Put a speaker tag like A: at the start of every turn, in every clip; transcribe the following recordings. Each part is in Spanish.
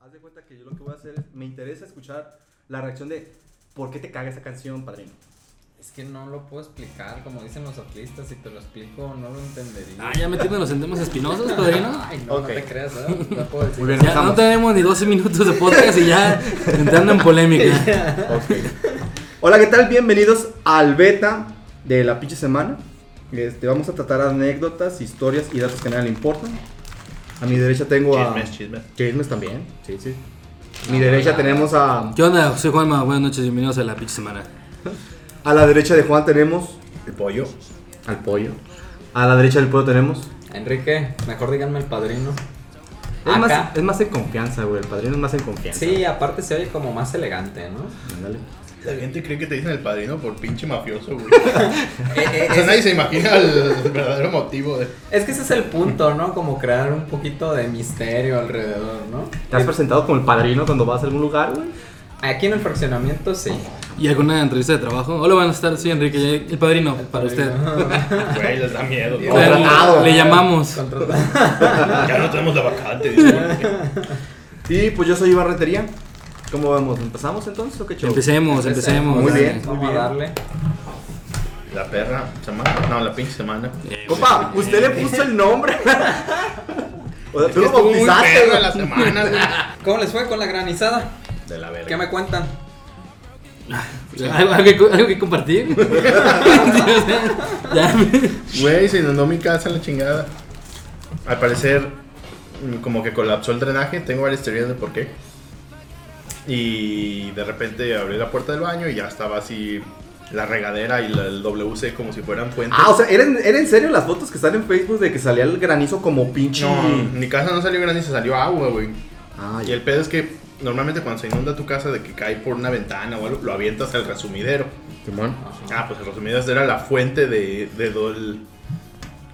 A: Haz de cuenta que yo lo que voy a hacer es, me interesa escuchar la reacción de ¿por qué te caga esa canción, padrino?
B: Es que no lo puedo explicar, como dicen los soplistas, si te lo explico no lo entendería.
C: Ah, ya metiéndonos en temas espinosos, padrino.
B: Ay, no,
A: Ok.
B: no te creas, ¿no? No puedo decir.
A: Muy bien.
C: Ya no tenemos ni 12 minutos de podcast y ya entrando en polémica.
A: Hola, ¿qué tal? Bienvenidos al beta de la pinche semana. Este, vamos a tratar anécdotas, historias y datos que a nadie le importan. A mi derecha tengo a...
D: Chismes, chismes.
A: Chismes también, sí, sí. A mi derecha tenemos a...
C: ¿Qué onda? Soy Juanma, buenas noches, bienvenidos a la pinche semana.
A: A la derecha de Juan tenemos
D: El pollo.
A: al pollo. A la derecha del pollo tenemos...
B: Enrique, mejor díganme el padrino.
A: Es
B: Acá.
A: más, es más en confianza, güey. El padrino es más en confianza.
B: Sí, aparte se oye como más elegante, ¿no?
A: Ándale.
D: La gente cree que te dicen el padrino por pinche mafioso, güey.
B: Eh, eh,
D: O sea, nadie se imagina el verdadero motivo de.
B: es que ese es el punto, ¿no? Como crear un poquito de misterio alrededor, ¿no?
A: ¿Te has presentado como el padrino cuando vas a algún lugar, güey?
B: Aquí en el fraccionamiento sí.
C: ¿Y alguna entrevista de trabajo? Hola, buenas tardes, soy Enrique, el padrino para usted.
D: Güey, les da miedo.
C: Le-
D: ¿no?
A: Contratado.
C: Le llamamos.
B: Contratado.
D: Ya no tenemos la vacante. dice.
A: Sí, pues yo soy Barretería. ¿Cómo vamos? ¿Empezamos entonces o qué show?
C: Empecemos, Pues empecemos.
A: Muy
B: dale,
A: bien, muy
B: Vamos a
A: bien.
B: darle.
D: La perra semana. No, la pinche semana.
C: Eh,
A: Opa, usted le puso el nombre. o sea, tú lo
D: eh, Estuvo muy
A: bautizaste,
D: perra
A: güey.
D: la semana, güey.
B: ¿Cómo les fue con la granizada?
D: De la verga.
B: ¿Qué me cuentan?
C: ¿Algo, algo que, algo que compartir? Sí, o sea, ya.
D: Güey, se inundó mi casa la chingada. Al parecer, mm, como que colapsó el drenaje. Tengo varias teorías de por qué. Y de repente abrí la puerta del baño y ya estaba así la regadera y la- el WC como si fueran puentes.
A: Ah, o sea, ¿eran, eran en serio las fotos que están en Facebook de que salía el granizo como pinche?
D: no, mi casa no salió granizo, salió agua, güey.
A: Ah,
D: Y
A: ya.
D: el pedo es que normalmente cuando se inunda tu casa de que cae por una ventana o algo, lo avientas al resumidero.
A: Simón.
D: Ah, pues el resumidero era la fuente de, de, del-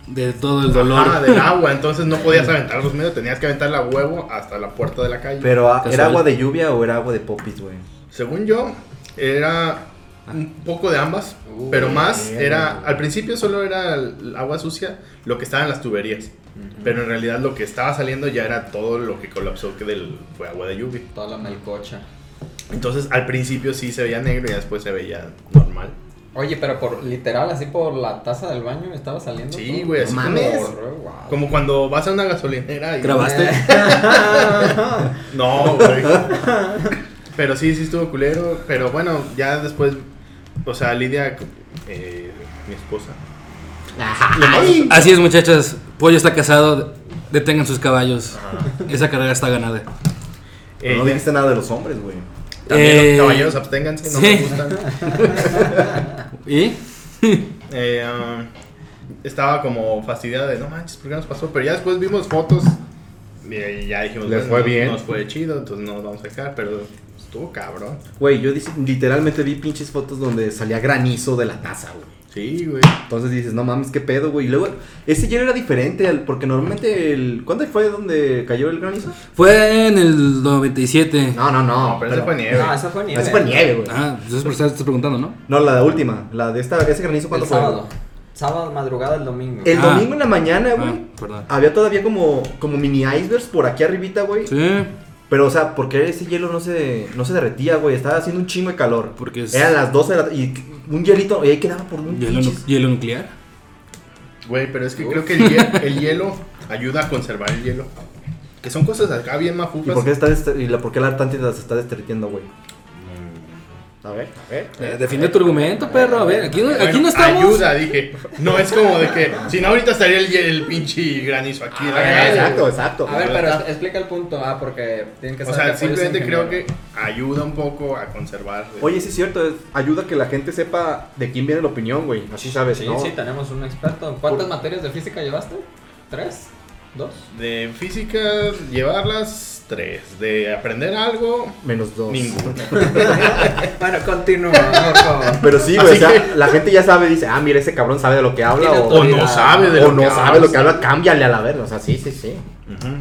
C: De todo el
D: Ah,
C: dolor.
D: del agua, entonces no podías aventar los medios, tenías que aventar la huevo hasta la puerta de la calle.
A: Pero ah, ¿era
C: Casual.
A: agua de lluvia o era agua de popis, güey?
D: Según yo, era un poco de ambas,
B: Uh,
D: pero más
A: bien.
D: era, al principio solo era el agua sucia, lo que estaba en las tuberías, pero en realidad lo que estaba saliendo ya era todo lo que colapsó que del, fue agua de lluvia.
B: Toda la melcocha.
D: Entonces al principio sí se veía negro y ya después se veía normal.
B: Oye, pero por literal, así por la taza del baño me estaba saliendo.
D: Sí,
B: todo.
D: güey, así
B: No
D: como-
B: wow.
D: Como cuando vas a una gasolinera y...
C: ¿Grabaste?
D: No, güey. Pero sí, sí estuvo culero. Pero bueno, ya después, o sea, Lidia, eh, mi esposa. le mandó-
C: Así es, muchachas. Pollo está casado. Detengan sus caballos. Esa carrera está ganada.
A: Pero
D: ella-
A: no dijiste nada de los hombres, güey.
D: también
C: Eh,
D: los caballeros, absténganse, no
C: sí.
D: me gustan.
C: ¿Y?
D: Eh, ah, estaba como fastidiada de, no manches, ¿por qué nos pasó? Pero ya después vimos fotos y ya dijimos,
A: Les fue
D: nos-
A: bien.
D: Nos fue chido, entonces no nos vamos a dejar, pero estuvo cabrón.
A: Güey, yo dice- literalmente vi pinches fotos donde salía granizo de la taza, güey.
D: Sí, güey.
A: Entonces dices, no mames, qué pedo, güey. Y luego, ese hielo era diferente, al- porque normalmente el. ¿Cuándo fue donde cayó el granizo?
C: Fue en el 97.
A: No,
D: Ah,
A: no, no.
D: No, pero ese fue nieve.
B: No, esa fue nieve.
A: Esa fue nieve, güey.
C: Ah, entonces por eso estás preguntando, ¿no?
A: No, la última, la de esta, ese granizo
B: El
A: cuándo fue.
B: sábado. Sábado, madrugada, el domingo.
A: El
C: Ah.
A: domingo en la mañana, güey.
C: Ah, perdón.
A: Había todavía como, como mini icebergs por aquí arribita, güey.
C: Sí,
A: Pero, o sea, porque ese hielo no se, no se derretía, güey. Estaba haciendo un chingo de calor.
C: Porque es-
A: Eran las 12 de la Y un hielito, y ahí quedaba por un
C: hielo,
A: pinches-
C: nu- hielo nuclear.
D: Güey, pero es que creo que el, hie- el hielo ayuda a conservar el hielo. Que son cosas acá bien
A: ¿Y
D: mafufas.
A: por qué, está dest- y la, por qué la Atlántida se está derritiendo, güey? A ver, a ver.
C: Eh, defiende tu argumento, perro. A ver, aquí no, aquí no
D: Bueno,
C: estamos.
D: Ayuda, dije. No es como de que. Si no, ahorita estaría el, el pinche granizo aquí. en la
B: Ah,
D: calle.
A: exacto, exacto.
B: A ver, pero es- explica el punto, ah, porque tienen que
D: O
B: saber. que
D: sea,
B: apoyo es
D: simplemente creo que
B: ingeniero.
D: ayuda un poco a conservar.
A: Oye, sí es cierto, es- ayuda a que la gente sepa de quién viene la opinión, güey. Así sabes,
B: Sí,
A: ¿no?
B: sí, tenemos un experto. ¿Cuántas
A: Por-
B: materias de física llevaste? ¿Tres? ¿Dos?
D: De física, llevarlas tres. De aprender algo,
A: Menos dos.
D: ninguna.
B: Bueno, continúa, por favor.
A: Pero sí, güey, o
D: Así
A: sea, la gente ya sabe, dice, ah, mira, ese cabrón sabe de lo que habla
B: Tiene
A: o,
D: O
A: o
D: no sabe de lo
A: no
D: que
A: sabe lo que habla, cámbiale a la verga. O sea, sí, sí, sí.
D: Ujú.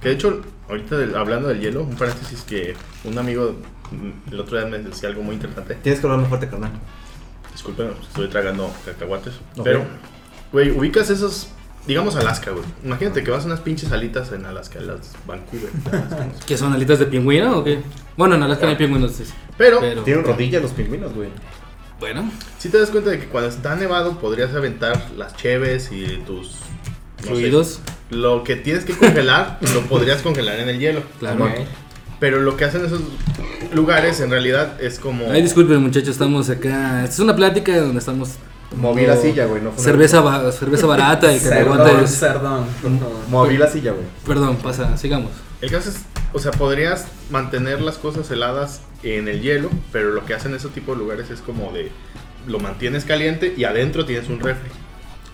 D: Que de hecho, ahorita del- hablando del hielo, un paréntesis que un amigo mm, el otro día me decía algo muy interesante.
A: Tienes que hablar más fuerte, carnal.
D: Disculpen, estoy tragando cacahuates.
A: Ok.
D: Pero, güey, ubicas esos digamos Alaska, güey. Imagínate que vas a unas pinches alitas en Alaska, en las Vancouver. Alaska.
C: ¿Qué son alitas de pingüino o qué? Bueno, en Alaska no hay pingüinos. sí, sí.
D: Pero,
C: Pero-
A: Tienen rodillas los pingüinos, güey.
C: Bueno,
D: si te das cuenta de que cuando está nevado podrías aventar las cheves y tus no sé,
C: fluidos.
D: lo que tienes que congelar, lo podrías congelar en el hielo.
C: Claro.
B: Ok.
D: Pero lo que hacen esos lugares en realidad es como.
C: Ay, disculpen, muchachos, estamos acá. Esta es una plática donde estamos.
A: Moví la silla, güey. No fue una-
C: Cerveza, ba- cerveza barata y
B: Cerdón,
C: cacahuates.
B: cerdón, por favor.
A: Moví la silla, güey.
C: Perdón, pasa, sigamos.
D: El caso es, o sea, podrías mantener las cosas heladas en el hielo, pero lo que hacen ese tipo de lugares es como de lo mantienes caliente y adentro tienes un refri.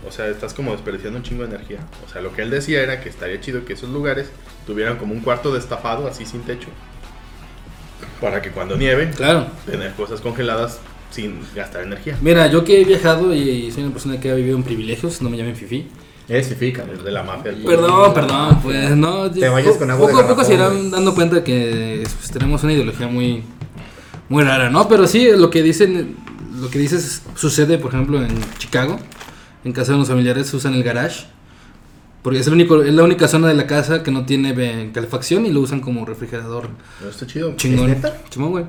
D: O sea, estás como desperdiciando un chingo de energía. O sea, lo que él decía era que estaría chido que esos lugares tuvieran como un cuarto destapado, así sin techo, para que cuando nieve,
C: Claro.
D: tener cosas congeladas sin gastar energía.
C: Mira, yo que he viajado y soy una persona que ha vivido en privilegios, no me llamen fifi.
A: Eh, sí, fica,
D: El de la mafia. el-
C: Perdón, perdón, pues no.
A: Te bañas con agua de
C: Poco a poco
A: garrafón,
C: se irán
A: güey.
C: dando cuenta que pues, tenemos una ideología muy, muy rara, ¿no? Pero sí, lo que dicen, lo que dices sucede, por ejemplo, en Chicago. En casa de unos familiares usan el garage. Porque es, el único, es la única zona de la casa que no tiene eh, calefacción y lo usan como refrigerador.
D: No está chido.
C: Chingón.
A: ¿Es neta?
C: Chimón, güey.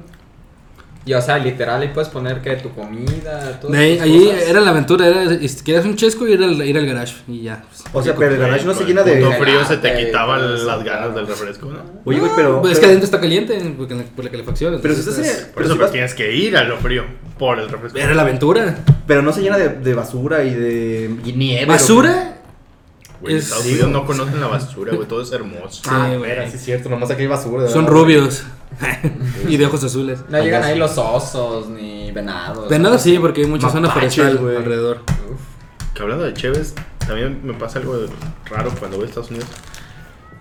B: Y o sea, literal, ahí puedes poner que tu comida, todo.
C: De ahí, ahí era la aventura, era es- querías un chesco y ir al, ir al garage. Y ya. pues.
A: O sea, pero el garage no
D: Con
A: se llena
D: el
A: de.
D: puto frío se te
B: Ay,
D: quitaban
B: pues,
D: las ganas
B: claro.
D: del refresco, ¿no?
A: Oye, güey,
C: No,
A: pero.
C: pues es que
A: pero-
C: adentro está caliente porque la- por la calefacción.
A: Pero si
C: entonces
A: estás en-
C: estás-
D: Por
A: pero
D: eso
A: si
D: pero
A: vas-
D: tienes que ir a lo frío por el refresco.
C: Era la aventura.
A: Pero no se llena de, de basura y de y nieve.
C: ¿Basura?
D: Güey, en
C: Es-
D: Estados
C: sí,
D: Unidos
C: güey.
D: no conocen la basura, güey. Todo es hermoso.
C: Sí,
A: Ah,
C: güey.
A: era, sí, es cierto. Nomás aquí hay basura. de
C: Son
A: verdad.
C: rubios. y de ojos azules.
B: No llegan ahí los osos ni venados.
C: De nada sí, porque hay mucha zona
A: Mapaches,
C: forestal
A: güey.
C: alrededor.
D: Que hablando de Cheves, también me pasa algo raro cuando voy a Estados Unidos.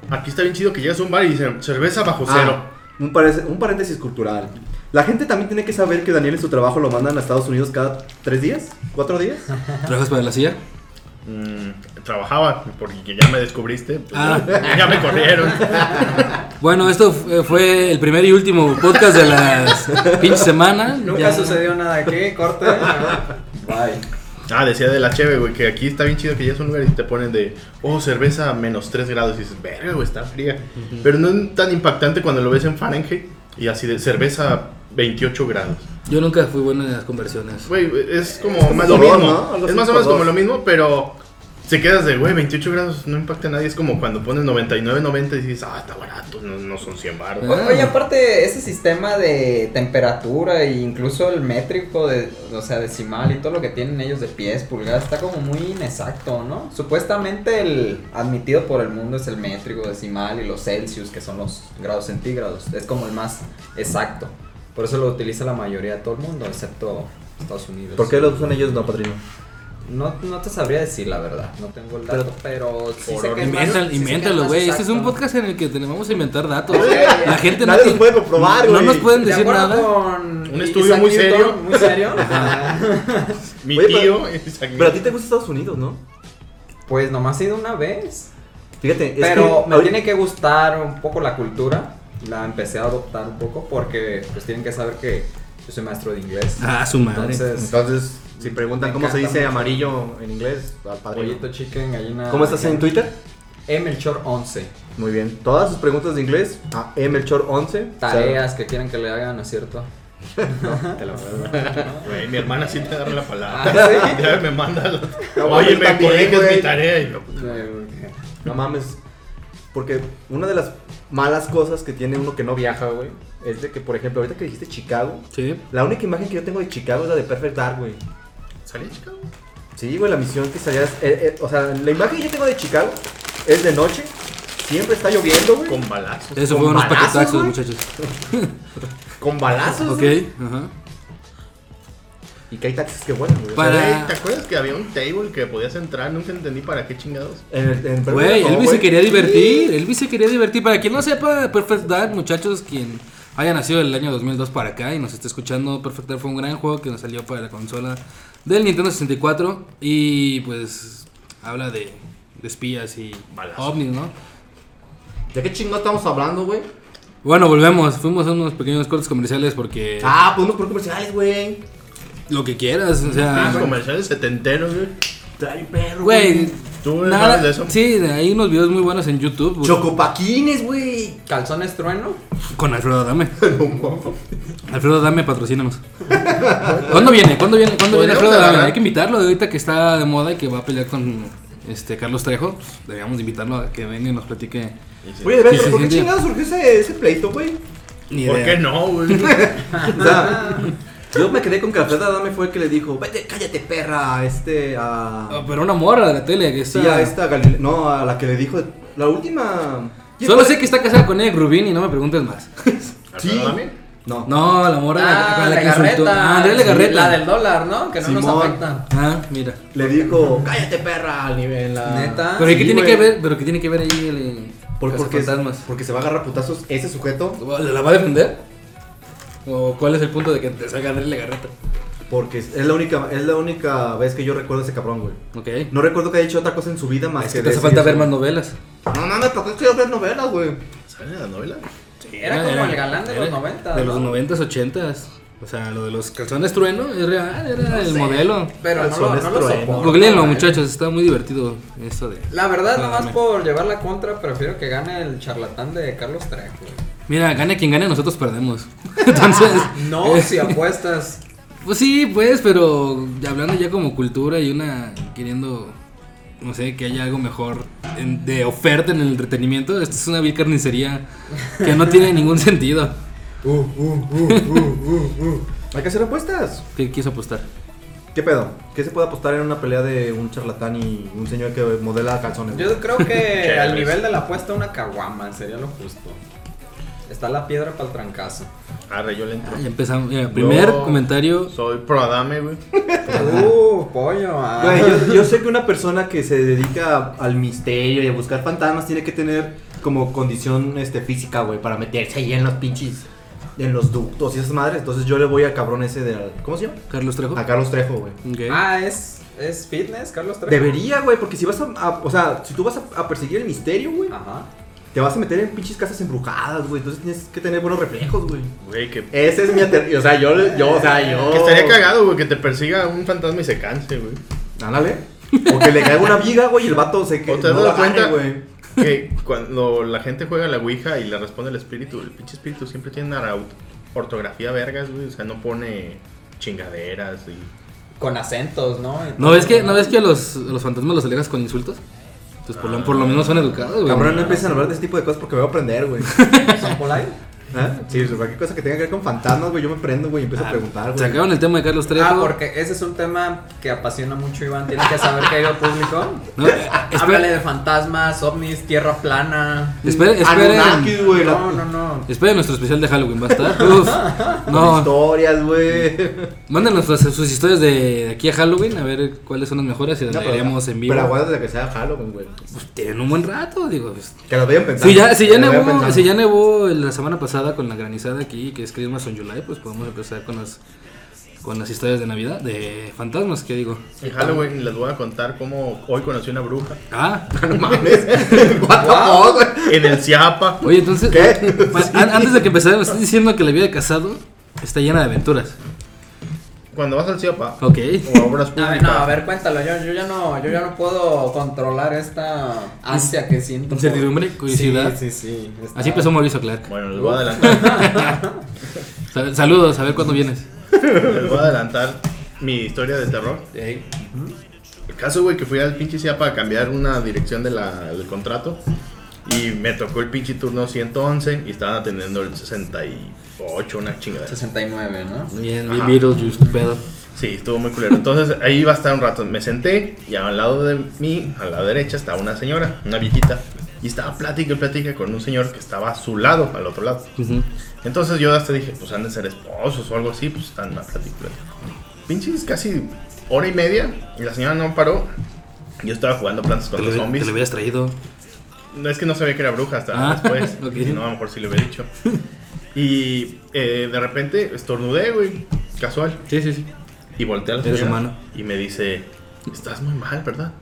D: Aquí está bien chido que llegas a un bar y dicen cerveza bajo cero.
A: Ah, un, parece- un paréntesis cultural. La gente también tiene que saber que Daniel en su trabajo lo mandan a Estados Unidos cada tres días, cuatro días.
C: ¿Trabajas para la CIA?
D: Mm, trabajaba, porque ya me descubriste. pues,
C: Ah.
D: ya, ya me corrieron.
C: Bueno, esto fu- fue el primer y último podcast de la pinche semana.
B: Nunca
C: Ya-
B: sucedió nada aquí, corte. Bye.
A: pues
D: Ah, decía de la Cheve, güey, que aquí está bien chido que llegas a un lugar y te ponen de, oh, cerveza a menos 3 grados. Y dices, verga, güey, está fría. Pero no es tan impactante cuando lo ves en Fahrenheit y así de cerveza a 28 grados.
C: Yo nunca fui bueno en las conversiones.
D: Güey, es como
A: como
D: más lo
A: dolor,
D: mismo.
A: ¿no? Algo
D: Es
A: así
D: más
A: por
D: o menos como
A: dos.
D: lo mismo, pero se quedas de, güey, 28 grados no impacta a nadie. Es como cuando pones 99, 90 y dices, ah, está barato, no, no son 100 baros.
C: Ah.
B: Oye, aparte, ese sistema de temperatura e incluso el métrico, de, o sea, decimal y todo lo que tienen ellos de pies, pulgadas, está como muy inexacto, ¿no? Supuestamente el admitido por el mundo es el métrico, decimal y los Celsius, que son los grados centígrados. Es como el más exacto. Por eso lo utiliza la mayoría de todo el mundo, excepto Estados Unidos.
A: ¿Por qué los usan ellos, no, padrino?
B: No, no te sabría decir la verdad, no tengo el dato, pero, sí
D: Por
B: sé
D: orden.
B: que es más- sí sé
C: Invéntalo,
B: que es
C: invéntalo,
B: más
C: güey. Este es un
B: exacto.
C: podcast en el que tenemos vamos a inventar datos.
B: ya.
C: La gente
A: Nadie
C: no
A: los puede comprobar,
C: No
A: güey.
C: nos pueden
B: De
C: decir
B: acuerdo
C: nada.
B: con
D: Un estudio muy serio.
B: Muy serio. Ah,
D: Mi
A: Oye,
D: tío,
A: Pero a ti te gusta Estados Unidos, ¿no?
B: Pues nomás he ido una vez.
A: Fíjate, es
B: pero
A: que
B: me
A: ahorita-
B: tiene que gustar un poco la cultura. La empecé a adoptar un poco porque pues tienen que saber que yo soy maestro de inglés.
C: Ah, su madre.
B: Entonces,
A: Entonces, si preguntan
B: Me
A: cómo se
B: encanta
A: dice
B: mucho.
A: amarillo en inglés, al padrino.
B: pollito Ah, chicken, gallina.
A: ¿Cómo estás en Twitter?
B: Emelchor 11.
A: Muy bien. Todas sus preguntas de inglés a mmelchor11.
B: Tareas que quieren que le hagan, ¿no es cierto?
A: te la
D: Güey, mi hermana sí te da la
B: Ah,
D: palabra.
B: ¿sí?
D: Ya me manda la-
A: No,
D: Oye,
A: mames,
D: me
A: también,
D: corriges
A: güey.
D: mi tarea. Y yo, pues,
B: Eh,
A: No mames. Porque una de las malas cosas que tiene uno que no viaja, güey, es de que, por ejemplo, ahorita que dijiste Chicago,
C: Sí.
A: la única imagen que yo tengo de Chicago es la de Perfect Dark, güey.
D: ¿Salí, chica?
A: Sí, güey, la misión que salías. eh, eh, o sea, la imagen que yo tengo de Chicago es de noche, siempre está lloviendo, güey. Con,
D: Con balazos.
C: Eso
A: ¿Con
C: fue unos
A: balazos,
C: paquetazos,
A: güey?
C: muchachos.
A: balazos.
C: Ok,
A: güey.
C: ajá.
A: Y que hay taxis que vuelan, güey. O sea,
C: Para-
D: Güey, ¿Te acuerdas que había un table que podías entrar? Nunca entendí para qué chingados.
A: En el, en Perfect
C: Güey,
A: Dark, no,
C: Elvis se
A: güey.
C: quería divertir, Elvis se quería divertir. Para quien no sepa, Perfect Dark, muchachos, quien haya nacido del año 2002 para acá y nos esté escuchando, Perfect Dark fue un gran juego que nos salió para la consola del Nintendo 64 y pues habla de, de espías y
D: Balazos.
C: ovnis, ¿no?
A: ¿De qué chingados estamos hablando, güey?
C: Bueno, volvemos, fuimos a unos pequeños cortes comerciales porque
A: Ah, podemos poner comerciales, güey.
C: lo que quieras, o sea,
A: Ah,
D: Ah, Los comerciales setenteros, güey.
A: Trae un perro.
C: güey,
D: ¿Tú
C: Nada,
D: sabes de eso?
C: sí, hay unos videos muy buenos en YouTube güey,
A: Chocopaquines, güey.
B: ¿Calzones trueno?
C: con Alfredo Adame. Alfredo Adame, patrocínanos. ¿Cuándo viene? ¿Cuándo viene? ¿Cuándo viene
D: Podríamos
C: Alfredo Adame?
D: agarrar.
C: Hay que invitarlo de ahorita que está de moda y que va a pelear con este Carlos Trejo. pues, Deberíamos de invitarlo a que venga y nos platique.
D: Y sí.
A: Oye, de veras,
C: Sí, sí,
A: ¿por qué
C: sí.
A: chingados surgió ese, ese pleito, güey?
C: Ni
D: ¿Por
C: idea.
D: qué no, güey?
A: O sea, yo me quedé con que Alfredo Adame fue el que le dijo, vete, cállate, perra, a este,
C: Ah,
A: a...
C: Pero una morra de la tele que
A: Sí,
C: está.
A: a esta Galilea, no, a la que le dijo, la última...
C: Solo sé que está casada con Eric Rubin y no me preguntes más.
A: Sí.
D: ¿Alfredo Adame?
A: No.
C: No, la morra a la, a la que insultó. Ah, Andrea
B: Sí,
C: Legarreta.
B: La del dólar, ¿no? Que no nos
A: Simón.
B: afecta.
C: Ah, mira.
A: Le dijo, cállate, perra, al nivel, la...
B: Neta.
C: Pero ¿y qué
A: sí,
C: tiene
A: güey.
C: que ver? Pero ¿qué tiene que ver ahí el eh,
A: Por, porque,
C: cazafantasmas?
A: porque se va a agarrar a putazos ese sujeto
C: ¿La va a defender? ¿O cuál es el punto de que te salga Andrea Legarreta?
A: porque es la única es la única vez que yo recuerdo a ese cabrón, güey.
C: Ok.
A: No recuerdo que haya hecho otra cosa en su vida más
C: Es
A: que
C: que te hace
A: decir
C: falta
A: eso.
C: ver más novelas.
A: No mames, ¿por qué quiero ver novelas, güey?
D: ¿Sale en la novela?
B: Era como el galán de los
C: era
B: 90,
C: De
B: ¿no?
C: los 90, 80. O sea, lo de los calzones trueno es real, era el modelo.
B: Pero no lo,
A: Calzones
B: no lo
A: trueno.
B: soporto,
C: Googleenlo,
B: eh.
C: muchachos, está muy divertido esto de.
B: La verdad,
C: No,
B: nomás
C: dame.
B: por llevar la contra, prefiero que gane el charlatán de Carlos Trejo.
C: Mira, gane quien gane, nosotros perdemos. Entonces.
B: No,
C: eh,
B: si apuestas.
C: Pues sí, pues, pero ya hablando ya como cultura y una queriendo, no sé, que haya algo mejor en- de oferta en el entretenimiento, esta es una vil carnicería que no tiene ningún sentido.
A: Hay que hacer apuestas.
C: ¿Qué quiso apostar?
A: ¿Qué pedo? ¿Qué se puede apostar en una pelea de un charlatán y un señor que modela calzones?
B: Yo creo que
D: Chéveres.
B: al nivel de la apuesta, una caguama sería lo justo. Está la piedra para el trancazo.
D: Arre, yo le entro.
C: Ah, ya empezamos. Mira, primer
D: Yo
C: comentario.
D: Soy pro Adame, güey.
B: Uh, pollo. ah.
A: Güey, yo, yo sé que una persona que se dedica al misterio y a buscar fantasmas tiene que tener como condición este, física, güey, para meterse ahí en los pinches, en los ductos y esas madres. Entonces yo le voy al cabrón ese de... ¿Cómo se llama?
C: Carlos Trejo.
A: A Carlos Trejo, güey.
C: Ok.
B: Ah, es, es fitness, Carlos Trejo.
A: Debería, güey, porque si vas a, a- O sea, si tú vas a, a perseguir el misterio, güey,
B: Ajá.
A: te vas a meter en pinches casas embrujadas, güey. Entonces tienes que tener buenos reflejos, güey.
D: Güey, Oh. que...
A: Ese es mi ater... O sea, yo, yo, o sea, yo...
D: Que estaría cagado, güey, que te persiga un fantasma y se canse, güey.
A: Ándale. O que le caiga una viga, güey, y el vato se que
D: ¿O te has
A: no la
D: dado
A: gane,
D: cuenta
A: güey.
D: que cuando la gente juega la Ouija y le responde el espíritu, el pinche espíritu siempre tiene una ra- ortografía vergas, güey? O sea, no pone chingaderas y...
B: Con acentos, ¿no? Y
C: ¿No
B: todo.
C: ves que, ¿no ves que a los, a los fantasmas los alejas con insultos? Pues por, lo, por lo menos son educados, güey.
A: Cabrón, no empiecen a hablar de este tipo de cosas porque me voy a prender, güey.
B: ¿Son por ahí?
A: ¿Ah? Sí, cualquier cosa que tenga que ver con fantasmas, güey, yo me prendo, güey, y
C: Ah,
A: empiezo a preguntar, güey.
C: Sacaron el tema de Carlos Trejo.
B: Ah, porque ese es un tema que apasiona mucho Iván. Tiene que saber que ha ido público.
C: No, eh,
B: Háblale
C: espera,
B: de fantasmas, ovnis, tierra plana.
C: espera, esperen,
A: Anunnakis, güey, la-
B: No, no, no.
C: esperen nuestro especial de Halloween, va a estar. Uf,
A: con
C: no,
A: historias, güey.
C: Mándanos sus, sus historias de aquí a Halloween a ver cuáles son las mejores y las
A: No,
C: leeremos en vivo.
A: Pero aguántate que sea Halloween, güey.
C: Pues tienen un buen rato, digo. pues.
A: Que lo vayan pensando.
C: Si ya, si, ya
A: Que lo vayan
C: nevó,
A: pensando.
C: si ya nevó la semana pasada con la granizada aquí, que es Christmas on July, pues podemos empezar con las con las historias de Navidad, de fantasmas, que digo.
D: En Halloween les voy a contar cómo hoy conocí una bruja.
C: Ah,
A: No mames. What the fuck, güey.
D: En el Ciapa.
C: oye, entonces,
A: ¿Qué?
C: pues, an- antes de que empezara, me estás diciendo que la vida de casado está llena de aventuras.
D: Cuando vas al Ciapa
C: Ok.
D: o a obras
B: A
D: públicas...
B: ver, no, a ver, cuéntalo. Yo, yo ya no, yo ya no puedo controlar esta ansia que siento.
C: Incertidumbre,
B: por-
C: curiosidad.
B: Sí, sí, sí. está-
C: Así empezó Mauricio Clark.
D: Bueno, les voy a adelantar,
C: Sal- Saludos, a ver cuándo vienes.
D: les voy a adelantar mi historia de terror. El caso, güey, que fui al pinche CIAPA a cambiar una dirección de la- del contrato y me tocó el pinche turno 111 y estaban atendiendo el 68, una chingada.
B: 69, ¿no?
C: Bien,
D: Ajá.
C: Beetlejuice, tu pedo.
D: Sí, estuvo muy culero. Entonces ahí iba a estar un rato. Me senté y al lado de mí, a la derecha, estaba una señora, una viejita, y estaba plática y plática con un señor que estaba a su lado, al otro lado.
C: Ujú.
D: Entonces yo hasta dije, pues han de ser esposos o algo así, pues están más platicando. Pinches casi hora y media y la señora no paró. Yo estaba jugando plantas
C: Te
D: con
C: lo,
D: los
C: te
D: zombies.
C: lo hubieras traído.
D: No es que no sabía que era bruja hasta
C: Ah,
D: después.
C: ok.
D: Si no, a lo mejor sí lo hubiera dicho. Y eh, de repente estornudé, güey. Casual.
C: Sí, sí, sí.
D: Y volteé a la
C: Eres
D: señora
C: humano.
D: y me dice, estás muy mal, ¿verdad?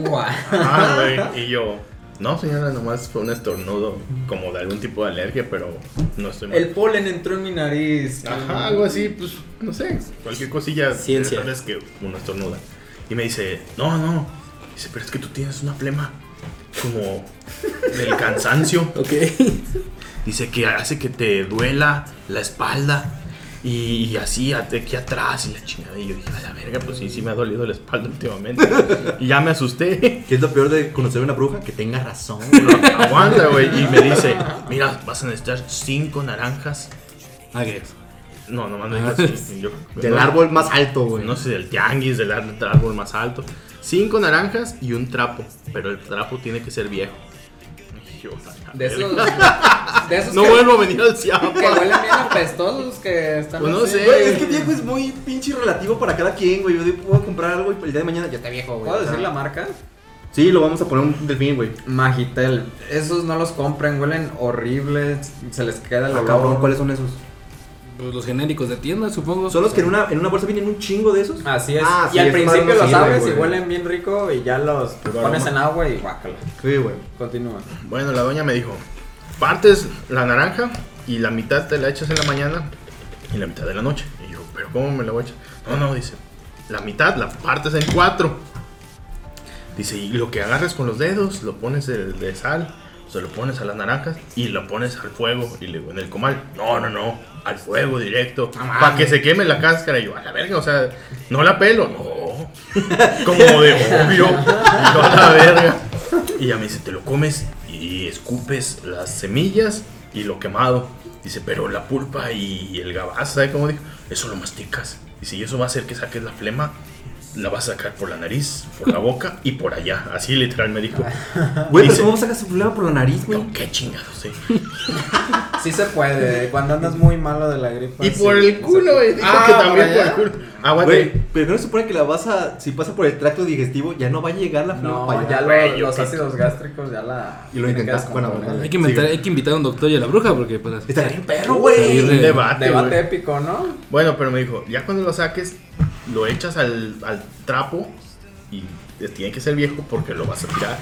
B: Guau.
D: Ah, güey. Y yo, no, señora, nomás fue un estornudo como de algún tipo de alergia, pero no estoy mal.
B: El polen entró en mi nariz.
D: Ajá, algo así, pues, no sé, cualquier cosilla.
C: Ciencia.
D: Es que uno estornuda. Y me dice, no, no, Dice, pero es que tú tienes una flema como del cansancio.
C: Ok.
D: Dice que hace que te duela la espalda y, y así at- aquí atrás y la chingada. Y yo dije, a la verga, pues sí, sí me ha dolido la espalda últimamente. y ya me asusté.
A: ¿Qué es lo peor de conocer a una bruja? Que tenga razón.
D: Aguanta, güey. Y me dice, mira, vas a necesitar cinco naranjas.
A: Ah, ¿qué?
D: No, no
C: Ah.
D: no sí, yo-
A: Del
D: no, pues,
A: árbol más alto, güey.
D: No sé, del tianguis, del ar- del árbol más alto. Cinco naranjas y un trapo. Pero el trapo tiene que ser viejo. Y yo, a la
B: De esos.
D: verga.
B: De esos
D: No
B: que,
D: vuelvo a venir al Ciapa.
B: que huelen bien apestosos que están.
D: Pues no
B: así.
D: sé.
A: Güey, es que Diego es muy pinche relativo para cada quien, güey. Yo de- puedo comprar algo y el día de mañana ya está viejo, güey.
B: ¿Puedo
A: O sea,
B: decir la marca?
A: Sí, lo vamos a poner un delfín, güey.
B: Magitel. Esos no los compren, huelen horribles. Se les queda el
A: Ah,
B: olor.
A: cabrón, ¿cuáles son esos?
C: Pues los genéricos de tienda, supongo.
A: ¿Son los que en una, en una bolsa vienen un chingo de esos?
B: Así es.
A: Ah, sí,
B: y al
A: es para
B: principio
A: no
B: los
A: sirve,
B: abres y
A: güey.
B: huelen bien rico y ya los
D: Puro
B: pones
D: aroma.
B: en agua y guácala.
A: Sí, güey.
B: Continúa.
D: Bueno, la doña me dijo, partes la naranja y la mitad te la echas en la mañana y la mitad de la noche. Y yo, pero ¿cómo me la voy a echar? No, no, dice, la mitad la partes en cuatro. Dice, y lo que agarres con los dedos, lo pones de, de sal, se lo pones a las naranjas y lo pones al fuego. Y le digo, en el comal, no, no, no, al fuego directo, para que se queme la cáscara. Y yo, a la verga, o sea, no la pelo, no. Como de obvio, no a la verga. Y ya me dice, te lo comes y escupes las semillas y lo quemado. Dice, pero la pulpa y el gabazo, ¿sabes cómo dijo? Eso lo masticas. Dice, y eso va a hacer que saques la flema la vas a sacar por la nariz, por la boca y por allá. Así literal me dijo.
A: Güey, pero
D: Dice-
A: ¿cómo sacas su problema por la nariz, güey?
D: No, qué chingados, eh.
B: Sí se puede. eh, Cuando andas muy malo de la gripa.
D: Y
B: sí,
D: por
B: Pues sí
D: el
B: se
D: culo,
B: puede.
D: eh. Dijo
B: Ah,
D: que también
B: por allá.
D: por el culo.
A: Güey,
D: Aguante.
A: pero no se supone que la vas a. Si pasa por el tracto digestivo, ya no va a llegar la flema para
B: No,
A: allá.
B: ya lo-
D: Güey, yo
B: los
D: qué-
B: ácidos gástricos ya la.
A: Y lo
B: tienen que
A: intentaste, bueno,
B: descontrolar.
A: bueno,
C: Hay que, inventar- hay que invitar a un doctor y a la bruja porque pues,
A: Estaría bien perro,
C: Ahí
A: güey.
C: re-
D: Un debate,
B: Debate
D: güey.
B: épico, ¿no?
D: Bueno, pero me dijo, ya cuando lo saques, lo echas al, al trapo y tiene que ser viejo porque lo vas a tirar.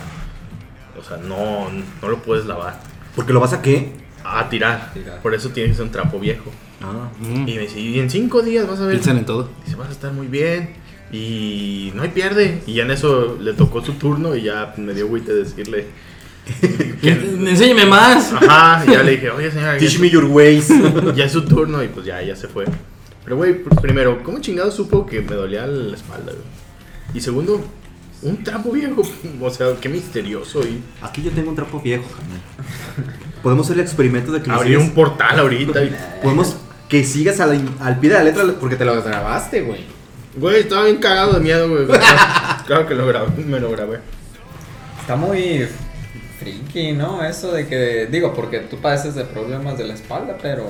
D: O sea, no, no lo puedes lavar.
A: Porque lo vas a qué?
D: A tirar.
B: Tirar.
D: Por eso tiene que ser un trapo viejo.
A: Ah.
C: mm,
D: Y me dice, y en cinco días vas a ver.
C: piensan en todo.
D: Dice, vas a estar muy bien. Y no hay pierde. Y ya en eso le tocó su turno y ya me dio güey de decirle.
C: En- Enséñeme más.
D: Ajá. Y ya le dije, oye señora, ya,
A: Teach me your ways.
D: ya es su turno. Y pues ya, ya se fue. Pero güey, pr- primero, ¿cómo chingado supo que me dolía la espalda, güey? Y segundo, un trapo viejo. O sea, qué misterioso. Y
A: Aquí yo tengo un trapo viejo. Podemos hacer el experimento de que lo
D: abrir
A: sigas-
D: un portal ahorita. y-
A: Podemos que sigas a la in- al pie de la letra porque te lo grabaste, güey.
D: Güey, estaba bien cagado de miedo, güey. Claro que lo grabé, me lo grabé.
B: Está muy friki, ¿no? Eso de que. Digo, porque tú padeces de problemas de la espalda, pero.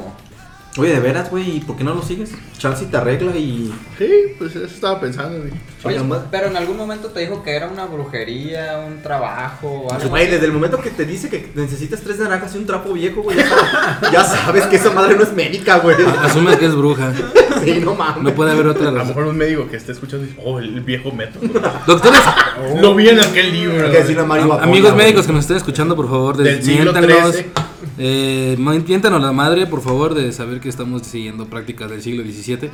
A: Oye, de veras, güey, ¿y por qué no lo sigues? Chance y te arregla y.
D: Sí, pues eso estaba pensando, güey.
B: Oye,
A: Chingada madre.
B: pero en algún momento te dijo que era una brujería, un trabajo o algo.
A: Güey,
B: así.
A: desde el momento que te dice que necesitas tres naranjas y un trapo viejo, güey, ya sabes, ya sabes que esa madre no es médica, güey.
C: Asume que es bruja.
A: Sí, no mames.
C: No puede haber otra
D: A lo
C: razón.
D: mejor un médico que esté escuchando dice, oh, el viejo método.
C: Doctores,
D: Lo vi en aquel libro.
A: Hay que decirle a Mario Bacona,
C: amigos
A: güey.
C: médicos que nos estén escuchando, por favor,
D: Del siglo
C: desmiéntanos.
D: XIII.
C: Eh, man- miéntanos la madre, por favor, de saber que estamos siguiendo prácticas del siglo XVII.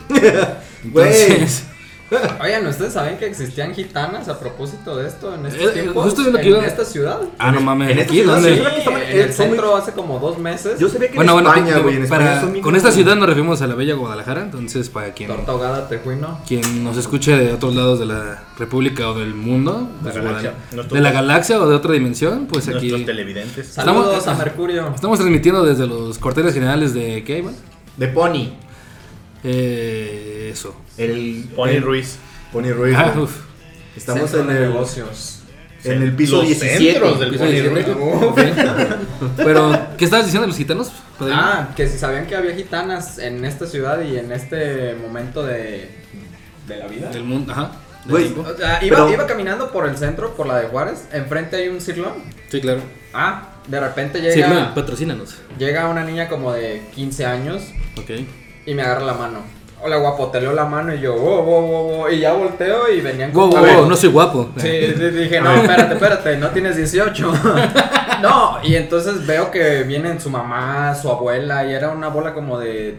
C: Entonces,
B: Oigan, ¿ustedes saben que existían gitanas a propósito de esto en estos
C: Eh,
B: tiempos?
C: justo es lo que
B: en
C: iba-
B: esta ciudad.
C: ah, no mames,
A: En esta
C: aquí,
A: ciudad,
C: ¿dónde?
A: sí, que estaba-
B: en el
A: son muy-
B: centro hace como dos meses.
A: Yo sabía que
C: Bueno,
A: en
C: bueno,
A: España,
C: que-
A: güey, en
C: para-
A: España son bien-
C: con esta ciudad nos referimos a la bella Guadalajara, entonces para quien,
B: Torta ahogada, tejuino.
C: quien nos escuche de otros lados de la república o del mundo, pues,
D: galaxia.
C: Guadal-
D: Nuestros-
C: de la galaxia o de otra dimensión, pues aquí
D: Nuestros televidentes.
B: Saludos
C: Estamos-
B: a Mercurio.
C: estamos transmitiendo desde los cuarteles generales de ¿qué, Iván?
A: De Pony.
C: Eh, eso.
A: El.
D: Pony
A: el-
D: Ruiz.
A: Pony Ruiz.
C: Ah,
A: güey.
C: uf.
A: Estamos
B: Centro
A: en
B: de
A: el.
B: negocios.
A: En el piso
D: Los
A: 17.
D: centros del
C: Piso
D: Pony
C: 17.
D: Ruiz.
B: Uf.
C: Pero, ¿qué estabas diciendo de los gitanos? Pues, padrino?
B: Ah, que si sabían que había gitanas en esta ciudad y en este momento de, de la vida.
C: Del mundo, ajá. del
A: Güey.
C: tiempo.
B: O sea, iba,
A: Pero-
B: iba caminando por el centro, por la de Juárez. Enfrente hay un cirlón.
C: Sí, claro.
B: Ah, de repente
C: Sí,
B: llega,
C: no, patrocínanos.
B: llega una niña como de 15 años
C: Ok.
B: y me agarra la mano. O la guapoteleo la mano y yo, wow, wow, wow, wow, y ya volteo y venían
C: Wow,
B: con-
C: wow,
B: A ver,
C: wow, no soy guapo. Eh,
B: Sí, sí, dije, no, espérate, espérate, no tienes 18. no, y entonces veo que vienen su mamá, su abuela, y era una bola como de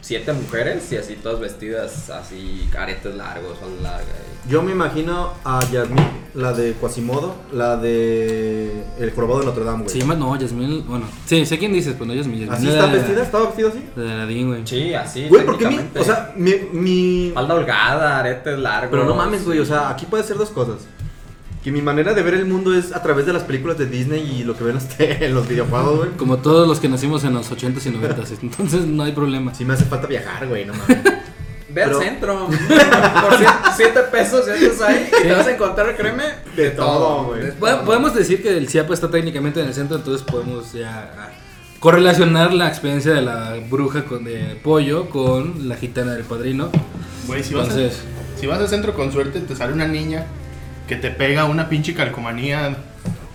B: siete mujeres y así todas vestidas así, caretes largos, falda larga. y-
A: Yo me imagino a Yasmín, la de Quasimodo, la de El Jorobado de Notre Dame, güey.
C: Se llama, no, Yasmín, bueno, sí, sé quién dices, pues no, Yasmín. Yasmín
A: ¿Así
C: era
A: está
C: de-
A: vestida? ¿Estaba vestida así?
C: De Aladdin, güey.
B: Sí, así.
A: Güey, ¿por qué mi...?
B: técnicamente.
A: O sea, mi... mi...
B: falda holgada, aretes largos.
A: Pero no mames, güey, o sea, aquí puede ser dos cosas. Que mi manera de ver el mundo es a través de las películas de Disney y lo que ven los, en los videojuegos, güey.
C: Como todos los que nacimos en los 80s y 90s, entonces no hay problema.
A: Sí me hace falta viajar, güey, no mames.
B: Ve al
A: Pero-
B: centro. Por cien- siete pesos ya estás ahí y te vas a encontrar, créeme,
A: De todo, güey.
B: De
C: Po-
B: todo.
C: Podemos decir que el CIAPA está técnicamente en el centro, entonces podemos ya ah, correlacionar la experiencia de la bruja con, de pollo con la gitana del padrino.
D: Güey, si vas, a-
C: Entonces,
D: si vas al centro con suerte, te sale una niña que te pega una pinche calcomanía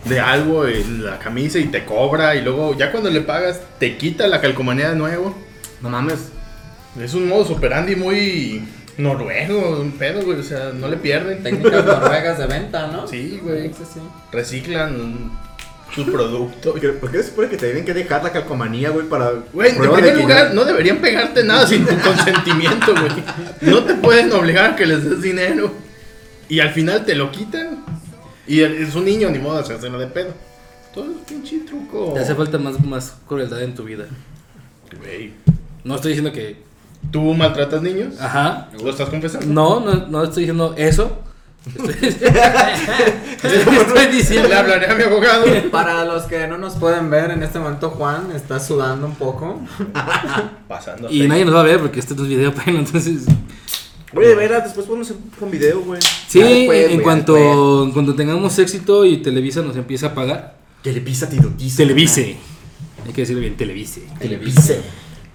D: de algo en la camisa y te cobra. Y luego, ya cuando le pagas, te quita la calcomanía de nuevo.
A: No mames.
D: Es un modus operandi muy noruego, un pedo, güey. O sea, no le pierden.
B: Técnicas noruegas de venta, ¿no?
D: Sí, güey.
B: Sí, sí.
D: Reciclan su producto.
A: ¿Por qué- por qué se supone que te tienen que dejar la calcomanía, güey, para...
D: Güey, en
A: prueba
D: primer
A: que
D: lugar,
A: ya-
D: no deberían pegarte nada sin tu consentimiento, güey. No te pueden obligar a que les des dinero. Y al final te lo quitan. Y es un niño, ni modo, se hace la de pedo. Todo es pinche truco.
C: te hace falta más, más crueldad en tu vida.
D: Güey.
C: No estoy diciendo que...
D: ¿Tú maltratas niños?
C: Ajá.
D: ¿Lo estás confesando?
C: No, no, no estoy diciendo eso. Estoy, estoy diciendo...
D: Le hablaré a mi abogado.
B: Para los que no nos pueden ver en este momento, Juan está sudando un poco.
D: Pasando.
C: Y nadie nos va a ver porque este no es video, pero entonces...
A: Güey, de veras, después ponemos un- un video, güey.
C: Sí,
B: Ya después,
C: en,
B: güey, ya
C: cuanto, en cuanto tengamos éxito y Televisa nos empieza a pagar.
A: Que le pisa tirotiza.
C: Televise. Hay que decirlo bien, Televise.
B: Televisa.